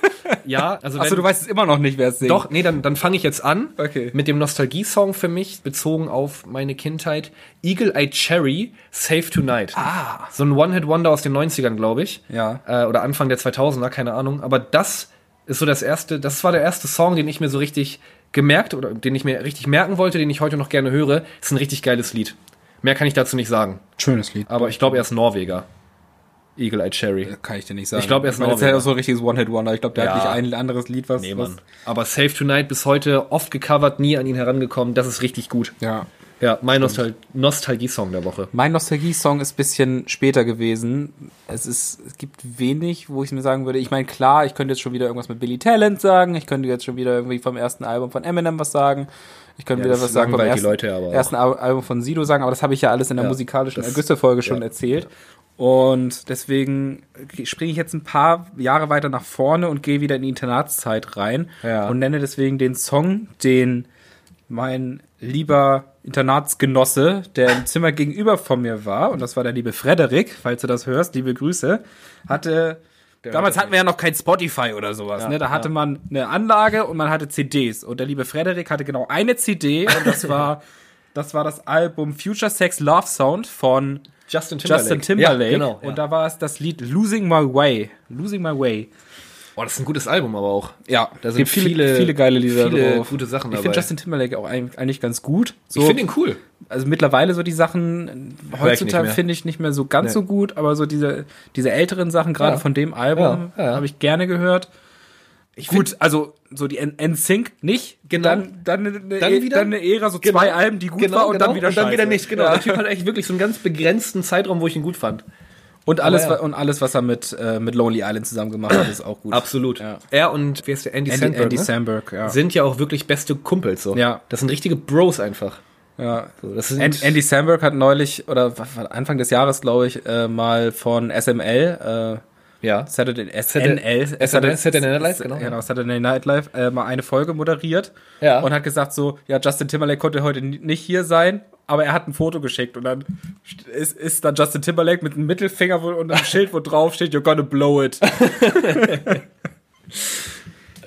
ja, also wenn, Achso, du weißt es immer noch nicht, wer es singt. doch, nee, dann, dann fange ich jetzt an Okay. mit dem Nostalgie-Song für mich, bezogen auf meine Kindheit. Eagle Eye Cherry, Safe Tonight. Ah. So ein One-Hit-Wonder aus den 90ern, glaube ich. Ja. Äh, oder Anfang der 2000er, keine Ahnung. Aber das ist so das erste, das war der erste Song, den ich mir so richtig gemerkt oder den ich mir richtig merken wollte, den ich heute noch gerne höre. Ist ein richtig geiles Lied. Mehr kann ich dazu nicht sagen. Schönes Lied. Aber ich glaube, er ist Norweger. Eagle Eye Cherry. Kann ich dir nicht sagen. Ich glaub, er ist Ich meine, Das ist halt Norweger. auch so ein richtiges One-Hit-Wonder. Ich glaube, der Ja. hat nicht ein anderes Lied, was. Nee, was Mann. Aber Safe Tonight bis heute oft gecovert, nie an ihn herangekommen. Das ist richtig gut. ja. Ja, mein Nostal Nostalgie-Song der Woche. Mein Nostalgie-Song ist ein bisschen später gewesen. Es, ist, es gibt wenig, wo ich mir sagen würde, ich meine, klar, ich könnte jetzt schon wieder irgendwas mit Billy Talent sagen, ich könnte jetzt schon wieder irgendwie vom ersten Album von Eminem was sagen, ich könnte wieder das was sagen vom langweilt die ersten, Leute aber auch. ersten Al- Album von Sido sagen, aber das habe ich ja alles in der Ja, musikalischen das- Ergüsse-Folge schon ja. erzählt. Und deswegen springe ich jetzt ein paar Jahre weiter nach vorne und gehe wieder in die Internatszeit rein Ja. und nenne deswegen den Song, den mein lieber Internatsgenosse, der im Zimmer gegenüber von mir war, und das war der liebe Frederik, falls du das hörst, liebe Grüße, hatte. damals hatten wir ja noch kein Spotify oder sowas. ne? Da hatte man eine Anlage und man hatte CDs. Und der liebe Frederik hatte genau eine CD und das war. Das war das Album Future Sex Love Sound von Justin Justin Timberlake. Ja, genau. Und da war es das Lied Losing My Way. Losing My Way. oh, das ist ein gutes Album aber auch. Ja, da da sind sind viele- viele, viele geile Lieder viele drauf. gute Sachen Ich dabei. finde Justin Timberlake auch ein- eigentlich ganz gut. So, Ich finde ihn cool. also mittlerweile so die Sachen äh, Hör ich nicht heutzutage mehr. finde ich nicht mehr so ganz so gut, aber so diese diese älteren Sachen gerade Ja. von dem Album Ja, ja. habe ich gerne gehört. gut, find- also so die N- NSYNC nicht, Genau. dann dann eine, Dann dann wieder? dann eine Ära so zwei Alben, die gut war und dann wieder und dann wieder scheiße. nicht. Genau. Ja. Der Typ hat eigentlich wirklich so einen ganz begrenzten Zeitraum, wo ich ihn gut fand. Und alles Aber ja. wa- und alles was er mit äh, mit Lonely Island zusammen gemacht hat, ist auch gut. Absolut. Ja. Er und wer ist der Andy, Andy Sandberg, Andy ne? Samberg, ja. sind ja auch wirklich beste Kumpels so. Ja. Das sind richtige Bros einfach. ja. So, das sind And, Andy Samberg hat neulich, oder was war- Anfang des Jahres, glaube ich, äh, mal von SML, ja. äh, Saturday, S Saturday- NL, Saturday- Saturday Night Live, genau. genau, Saturday Night Live, äh, mal eine Folge moderiert Ja. und hat gesagt so, ja, Justin Timberlake konnte heute ni- nicht hier sein, aber er hat ein Foto geschickt und dann st- ist, ist dann Justin Timberlake mit einem Mittelfinger wo- und einem Schild, wo drauf steht, you're gonna blow it.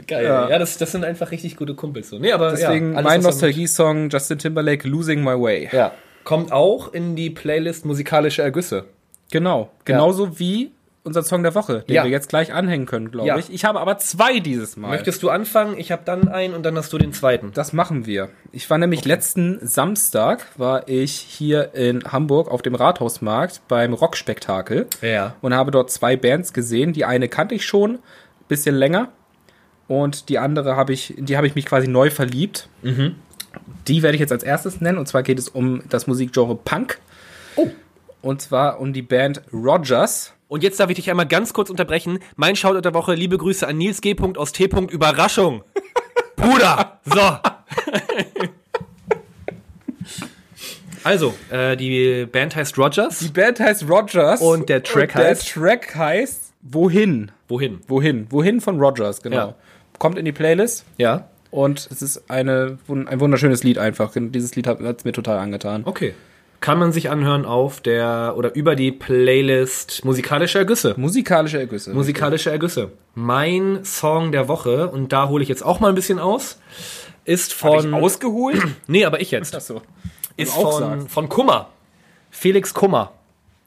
Geil. Ja, Ja. das, das sind einfach richtig gute Kumpels so. Nee, aber Deswegen ja, alles, mein was damit- Nostalgie-Song, Justin Timberlake, Losing My Way. Ja. Kommt auch in die Playlist musikalische Ergüsse. Genau. Genauso wie unser Song der Woche, den Ja. wir jetzt gleich anhängen können, glaube Ja. ich. Ich habe aber zwei dieses Mal. Möchtest du anfangen? Ich habe dann einen und dann hast du den zweiten. das machen wir. Ich war nämlich letzten Samstag, war ich hier in Hamburg auf dem Rathausmarkt beim Rockspektakel Ja. und habe dort zwei Bands gesehen. Die eine kannte ich schon, bisschen länger. Und die andere habe ich, in die habe ich mich quasi neu verliebt. Mhm. Die werde ich jetzt als erstes nennen. Und zwar geht es um das Musikgenre Punk. Oh. Und zwar um die Band Rogers. Und jetzt darf ich dich einmal ganz kurz unterbrechen. Mein Shoutout der Woche, liebe Grüße an Nils G. aus T. Überraschung. Bruder! So! also, äh, die Band heißt Rogers. Die Band heißt Rogers. Und der Track der heißt? Track heißt Wohin? Wohin? Wohin? Wohin von Rogers, genau. Ja. Kommt in die Playlist Ja. und es ist eine, wun- ein wunderschönes Lied einfach. Dieses Lied hat es mir total angetan. Okay. kann man sich anhören auf der oder über die Playlist Musikalische Ergüsse. Musikalische Ergüsse. Musikalische Ergüsse. Mein Song der Woche, und da hole ich jetzt auch mal ein bisschen aus, ist Hab ich von. ausgeholt? nee, aber ich jetzt. Achso. Ist auch von, sagst. von Kummer. Felix Kummer.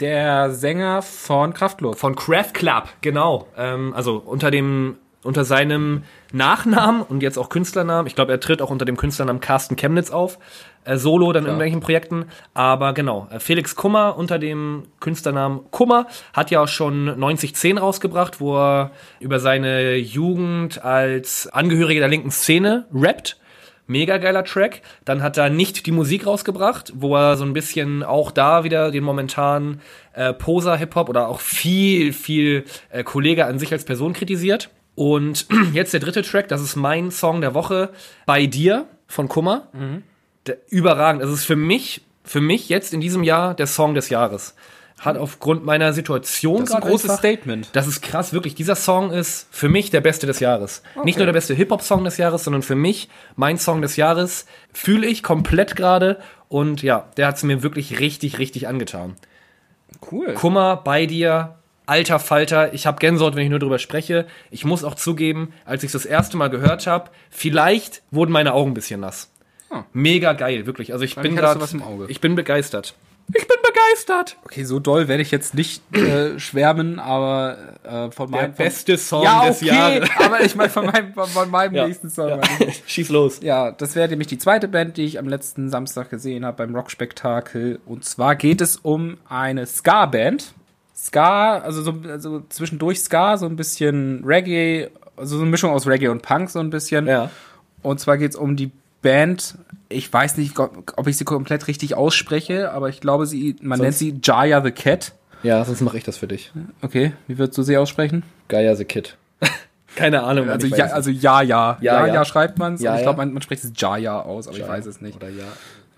Der Sänger von Kraftklub. Von Craft Club, genau. Ähm, also unter dem unter seinem Nachnamen und jetzt auch Künstlernamen. Ich glaube, er tritt auch unter dem Künstlernamen Carsten Chemnitz auf. Äh, solo dann in irgendwelchen Projekten. Aber genau, äh, Felix Kummer unter dem Künstlernamen Kummer hat ja auch schon 9010 rausgebracht, wo er über seine Jugend als Angehörige der linken Szene rappt. Mega geiler Track. Dann hat er nicht die Musik rausgebracht, wo er so ein bisschen auch da wieder den momentanen äh, Poser-Hip-Hop oder auch viel, viel äh, Kollege an sich als Person kritisiert. Und jetzt der dritte Track, das ist mein Song der Woche, Bei dir von Kummer. Mhm. Der, überragend. Das ist für mich, für mich jetzt in diesem Jahr der Song des Jahres. Hat aufgrund meiner Situation Mhm. Das ist ein grad großes Oh einfach- Statement. das ist krass, wirklich. Dieser Song ist für mich der beste des Jahres. Nicht nur der beste Hip-Hop-Song des Jahres, sondern für mich mein Song des Jahres. Fühle ich komplett gerade. Und ja, der hat es mir wirklich richtig, richtig angetan. Cool. Kummer bei dir, alter Falter. Ich habe Gänsehaut, wenn ich nur drüber spreche. Ich muss auch zugeben, als ich das erste Mal gehört habe, vielleicht wurden meine Augen ein bisschen nass. Ah. Mega geil, wirklich. Also ich bin hattest du gerade, was im Auge. ich bin begeistert. Ich bin begeistert. Okay, so doll werde ich jetzt nicht äh, schwärmen, aber äh, von Der meinem. beste Song ja, des okay, Jahres. aber ich meine von meinem, von, von meinem Ja. nächsten Song. Ja. Schieß los. Ja, das wäre nämlich die zweite Band, die ich am letzten Samstag gesehen habe beim Rockspektakel. Und zwar geht es um eine Ska-Band. Ska, also, so, also zwischendurch Ska, so ein bisschen Reggae, also so eine Mischung aus Reggae und Punk so ein bisschen. Ja. Und zwar geht es um die Band, ich weiß nicht, ob ich sie komplett richtig ausspreche, aber ich glaube, sie, man nennt sie Jaya the Cat. Ja, sonst mache ich das für dich. Okay, wie würdest du sie aussprechen? Gaia the Kid. Keine Ahnung. Also ich weiß ja, es also ja, ja. Ja, Ja, ja. ja, schreibt man es. Ja, ich ja. glaube, man, man spricht es Jaya aus, aber ich weiß es nicht. nicht. Oder ja.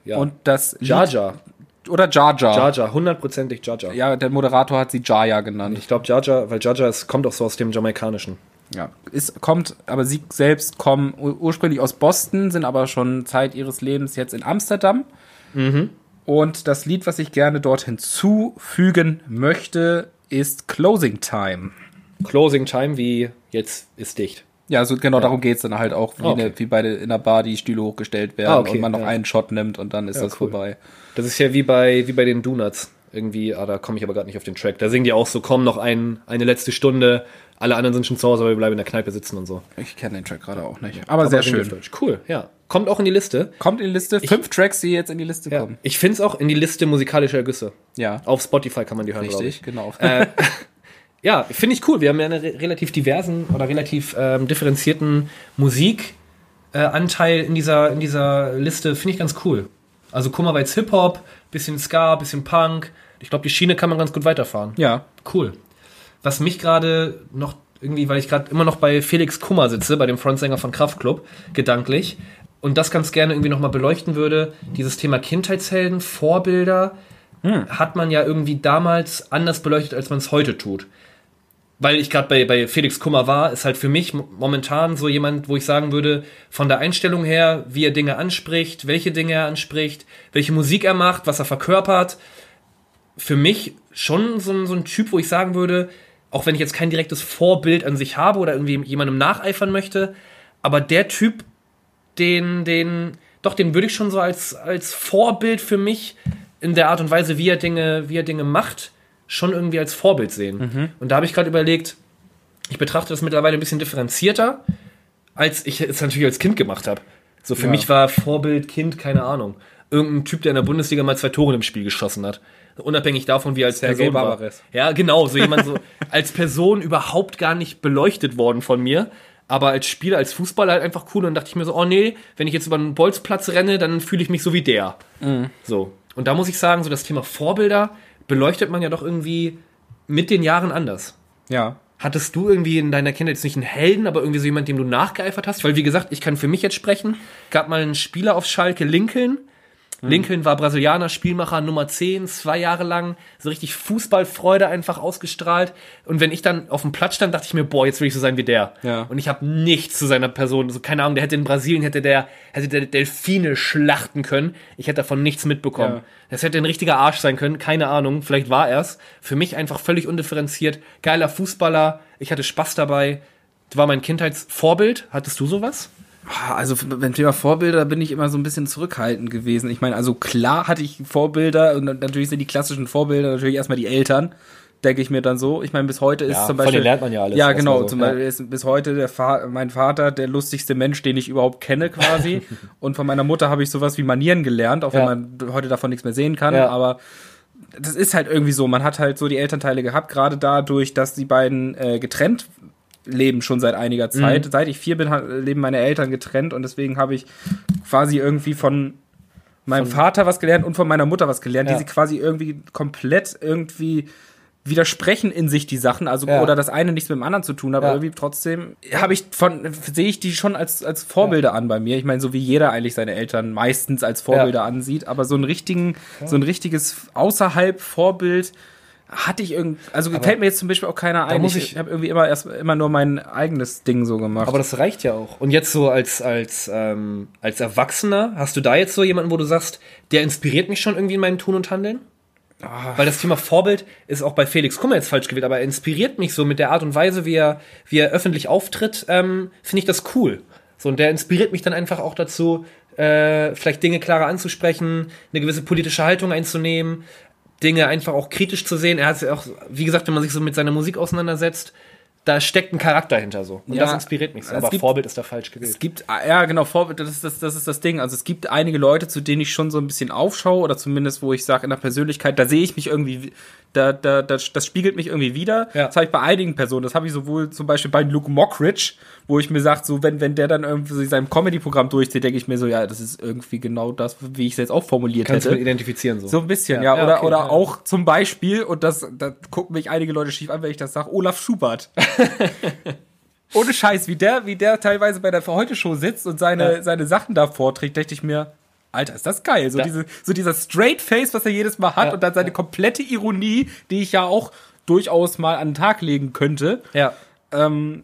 ja. Und das Lied- Jaja. Oder Jar Jar. Jaja, hundertprozentig Jaja. Ja, der Moderator hat sie Jaya genannt. Ich glaube Jaja, weil Jaja ist, kommt auch so aus dem Jamaikanischen. Ja. Ist, kommt, aber sie selbst kommen ur ursprünglich aus Boston, sind aber schon Zeit ihres Lebens jetzt in Amsterdam. Mhm. Und das Lied, was ich gerne dort hinzufügen möchte, ist Closing Time. Closing Time wie jetzt ist dicht. Ja, also genau darum geht's dann halt auch, wie, Okay. eine, wie bei der, in der Bar die Stühle hochgestellt werden Ah, okay, und man noch ja. einen Shot nimmt und dann ist das cool. vorbei. Das ist ja wie bei, wie bei den Donuts. Irgendwie, ah, da komme ich aber gerade nicht auf den Track. Da singen die auch so, komm, noch ein, eine letzte Stunde. Alle anderen sind schon zu Hause, aber wir bleiben in der Kneipe sitzen und so. Ich kenne den Track gerade auch nicht. Aber, Ah, sehr Aber singen die auf schön. Deutsch. Cool, ja. Kommt auch in die Liste. Kommt in die Liste. Fünf Tracks, die jetzt in die Liste kommen. Ich finde es auch in die Liste musikalischer Ergüsse. Ja. Auf Spotify kann man die hören, glaub ich. Äh. Richtig, genau. Ja, finde ich cool. Wir haben ja einen re relativ diversen oder relativ ähm, differenzierten Musikanteil äh, Anteil in, dieser, in dieser Liste. Finde ich ganz cool. Also Kummer war jetzt Hip-Hop, bisschen Ska, bisschen Punk. Ich glaube, die Schiene kann man ganz gut weiterfahren. ja. Cool. Was mich gerade noch irgendwie, weil ich gerade immer noch bei Felix Kummer sitze, bei dem Frontsänger von Kraftklub, gedanklich, und das ganz gerne irgendwie nochmal beleuchten würde, dieses Thema Kindheitshelden, Vorbilder, hat man ja irgendwie damals anders beleuchtet, als man es heute tut. Weil ich gerade bei, bei Felix Kummer war, ist halt für mich mo- momentan so jemand, wo ich sagen würde, von der Einstellung her, wie er Dinge anspricht, welche Dinge er anspricht, welche Musik er macht, was er verkörpert, für mich schon so ein, so ein Typ, wo ich sagen würde, auch wenn ich jetzt kein direktes Vorbild an sich habe oder irgendwie jemandem nacheifern möchte, aber der Typ, den, den, doch, den würde ich schon so als, als Vorbild für mich in der Art und Weise, wie er Dinge, wie er Dinge macht, schon irgendwie als Vorbild sehen. Und da habe ich gerade überlegt, ich betrachte das mittlerweile ein bisschen differenzierter, als ich es natürlich als Kind gemacht habe. So für Ja. mich war Vorbild Kind, keine Ahnung. Irgendein Typ, der in der Bundesliga mal zwei Tore im Spiel geschossen hat. Unabhängig davon, wie er als Sergei Person war. Barbares. Ja, genau, so jemand so als Person überhaupt gar nicht beleuchtet worden von mir. Aber als Spieler, als Fußballer halt einfach cool. Und dann dachte ich mir so, oh nee, wenn ich jetzt über einen Bolzplatz renne, dann fühle ich mich so wie der. So. Und da muss ich sagen, so das Thema Vorbilder beleuchtet man ja doch irgendwie mit den Jahren anders. Ja. Hattest du irgendwie in deiner Kindheit jetzt nicht einen Helden, aber irgendwie so jemand, dem du nachgeeifert hast? Weil, wie gesagt, ich kann für mich jetzt sprechen. Gab mal einen Spieler auf Schalke Lincoln, Lincoln war Brasilianer, Spielmacher Nummer 10, zwei Jahre lang, so richtig Fußballfreude einfach ausgestrahlt. Und wenn ich dann auf dem Platz stand, dachte ich mir, boah, jetzt will ich so sein wie der. Ja. Und ich habe nichts zu seiner Person. So, keine Ahnung, der hätte in Brasilien, hätte der, hätte der Delfine schlachten können. Ich hätte davon nichts mitbekommen. Ja. Das hätte ein richtiger Arsch sein können, keine Ahnung, vielleicht war er's. Für mich einfach völlig undifferenziert. Geiler Fußballer, ich hatte Spaß dabei. War mein Kindheitsvorbild. Hattest du sowas? Also beim Thema Vorbilder bin ich immer so ein bisschen zurückhaltend gewesen. Ich meine, also klar hatte ich Vorbilder und natürlich sind die klassischen Vorbilder natürlich erstmal die Eltern, denke ich mir dann so. Ich meine, bis heute ist Ja, zum von Beispiel. denen lernt man ja alles Ja, erstmal genau. so, zum ja. Beispiel ist bis heute der Fa mein Vater der lustigste Mensch, den ich überhaupt kenne quasi. und von meiner Mutter habe ich sowas wie Manieren gelernt, auch wenn Ja. man heute davon nichts mehr sehen kann. Ja. Aber das ist halt irgendwie so. Man hat halt so die Elternteile gehabt, gerade dadurch, dass die beiden äh, getrennt leben schon seit Mhm. einiger Zeit. Seit ich vier bin, ha- leben meine Eltern getrennt und deswegen habe ich quasi irgendwie von meinem Vater was gelernt und von meiner Mutter was gelernt, Ja. die sie quasi irgendwie komplett irgendwie widersprechen in sich die Sachen, also Ja. oder das eine nichts mit dem anderen zu tun hat, Ja. aber irgendwie trotzdem habe ich von sehe ich die schon als als Vorbilder an bei mir. Ich meine, so wie jeder eigentlich seine Eltern meistens als Vorbilder ansieht, aber so einen richtigen so ein richtiges außerhalb Vorbild hatte ich irgend also fällt mir jetzt zum Beispiel auch keiner ein. muss ich ich- habe irgendwie immer erst immer nur mein eigenes Ding so gemacht. Aber das reicht ja auch. Und jetzt so als, als, ähm, als Erwachsener, hast du da jetzt so jemanden, wo du sagst, der inspiriert mich schon irgendwie in meinem Tun und Handeln? Weil das Thema Vorbild ist auch bei Felix Kummer jetzt falsch gewählt, aber er inspiriert mich so mit der Art und Weise, wie er, wie er öffentlich auftritt, ähm, finde ich das cool. So, und der inspiriert mich dann einfach auch dazu, äh, vielleicht Dinge klarer anzusprechen, eine gewisse politische Haltung einzunehmen, Dinge einfach auch kritisch zu sehen. Er hat ja auch, wie gesagt, wenn man sich so mit seiner Musik auseinandersetzt, da steckt ein Charakter hinter so. Und Ja, das inspiriert mich so. es Aber gibt- Vorbild ist da falsch Es gewählt. gibt, ja genau, Vorbild, das ist das, das ist das Ding. Also es gibt einige Leute, zu denen ich schon so ein bisschen aufschaue oder zumindest, wo ich sage, in der Persönlichkeit, da sehe ich mich irgendwie, da, da, das, das spiegelt mich irgendwie wieder. Ja. Das habe ich bei einigen Personen. Das habe ich sowohl zum Beispiel bei Luke Mockridge, wo ich mir sage, so wenn, wenn der dann irgendwie so in seinem Comedy-Programm durchzieht, denke ich mir so, ja, das ist irgendwie genau das, wie ich es jetzt auch formuliert Kannst du hätte. mit identifizieren so. So ein bisschen, ja. Ja, oder okay, oder ja. auch zum Beispiel, und das, da gucken mich einige Leute schief an, wenn ich das sage, Olaf Schubert. Ohne Scheiß, wie der, wie der teilweise bei der Heute-Show sitzt und seine, Ja. seine Sachen da vorträgt, dachte ich mir, Alter, ist das geil. So, Da- diese, so dieser straight Face, was er jedes Mal hat Ja, und dann seine komplette Ironie, die ich ja auch durchaus mal an den Tag legen könnte, Ja. ähm,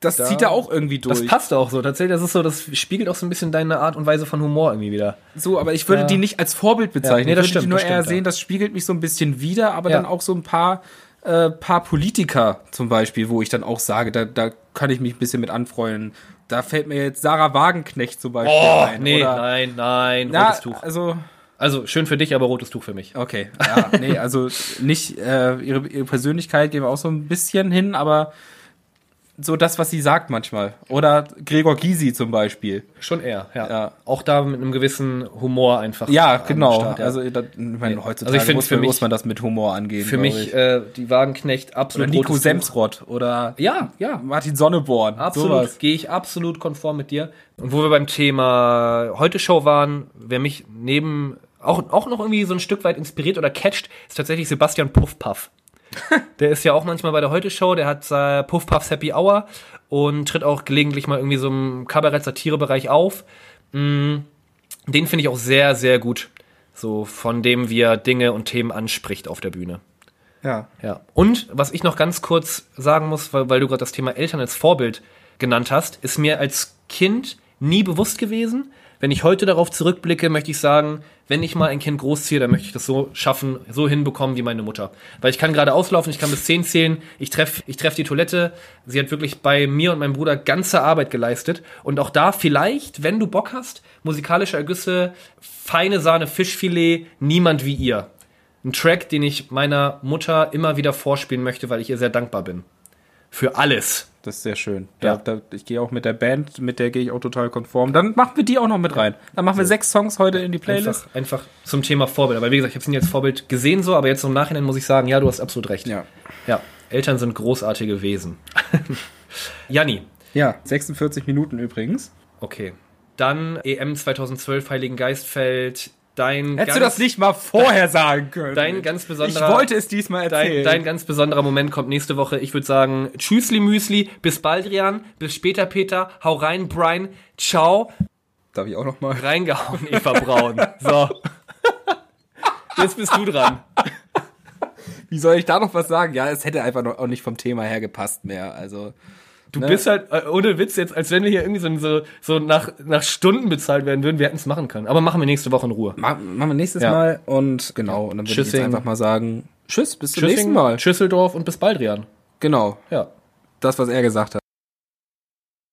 das zieht er auch irgendwie durch. Das passt auch so. Tatsächlich, das ist so, das spiegelt auch so ein bisschen deine Art und Weise von Humor irgendwie wieder. So, aber ich würde die nicht als Vorbild bezeichnen. Ja, nee, das ich würde die stimmt, nur das eher stimmt, ja. sehen, das spiegelt mich so ein bisschen wieder, aber Ja. dann auch so ein paar, äh, paar Politiker zum Beispiel, wo ich dann auch sage, da, da kann ich mich ein bisschen mit anfreunden. Da fällt mir jetzt Sarah Wagenknecht zum Beispiel ein. Oh, nee, oder, nein, nein, na, rotes Tuch. Also, Also schön für dich, aber rotes Tuch für mich. okay. Ja, nee, also nicht äh, ihre, ihre Persönlichkeit gehen wir auch so ein bisschen hin, aber so das, was sie sagt manchmal. Oder Gregor Gysi zum Beispiel. Schon eher, ja. Ja. Auch da mit einem gewissen Humor einfach. Ja, am genau. Start, ja. Also, da, ich meine, heutzutage Also ich finde, muss, für man- mich- muss man das mit Humor angehen. für glaub mich ich. äh, die Wagenknecht Oder absolut Nico rotes Tuch. Semsrott oder Ja, ja. Martin Sonneborn. Absolut, Sowas. gehe ich absolut konform mit dir. Und wo wir beim Thema heute Show waren, wer mich neben auch, auch noch irgendwie so ein Stück weit inspiriert oder catcht, ist tatsächlich Sebastian Puffpuff. der ist ja auch manchmal bei der heute Show, der hat äh, Puffpuffs Happy Hour und tritt auch gelegentlich mal irgendwie so im Kabarett-Satire-Bereich auf. Mm, den finde ich auch sehr, sehr gut. So von dem, wie er Dinge und Themen anspricht auf der Bühne. Ja. Ja. Und was ich noch ganz kurz sagen muss, weil, weil du gerade das Thema Eltern als Vorbild genannt hast, ist mir als Kind nie bewusst gewesen. Wenn ich heute darauf zurückblicke, möchte ich sagen, wenn ich mal ein Kind großziehe, dann möchte ich das so schaffen, so hinbekommen wie meine Mutter. Weil ich kann gerade auslaufen, ich kann bis 10 zählen, ich treffe ich treff die Toilette. Sie hat wirklich bei mir und meinem Bruder ganze Arbeit geleistet. Und auch da vielleicht, wenn du Bock hast, musikalische Ergüsse, feine Sahne, Fischfilet, niemand wie ihr. Ein Track, den ich meiner Mutter immer wieder vorspielen möchte, weil ich ihr sehr dankbar bin. Für alles. Das ist sehr schön. Ja. Da, da, ich gehe auch mit der Band, mit der gehe ich auch total konform. Dann machen wir die auch noch mit rein. Dann machen wir sechs Songs heute in die Playlist. Einfach, einfach zum Thema Vorbild. Aber wie gesagt, ich habe es nie als Vorbild gesehen so, aber jetzt im Nachhinein muss ich sagen, ja, du hast absolut recht. Ja. Ja, Eltern sind großartige Wesen. Janni, Ja, 46 Minuten übrigens. okay. Dann EM 2012 Heiligen Geistfeld. Dein Hättest ganz, du das nicht mal vorher sagen können? Dein ganz ich besonderer wollte es diesmal Dein, erzählen. dein ganz besonderer Moment kommt nächste Woche. Ich würde sagen, tschüssli Müsli, bis Baldrian, bis später Peter, hau rein Brian, ciao, Darf ich auch noch mal? reingehauen, Eva Braun. So. Jetzt bist du dran. Wie soll ich da noch was sagen? Ja, es hätte einfach noch, auch nicht vom Thema her gepasst mehr. Also Du Ne? bist halt, äh, ohne Witz jetzt, als wenn wir hier irgendwie so, so, so nach, nach Stunden bezahlt werden würden, wir hätten es machen können. Aber machen wir nächste Woche in Ruhe. ma- machen wir nächstes Ja. Mal und genau. Und dann würde ich jetzt Tschüssing. einfach mal sagen, tschüss, bis zum nächsten Mal. Schüsseldorf und bis bald, Rian. Genau, Ja. das, was er gesagt hat.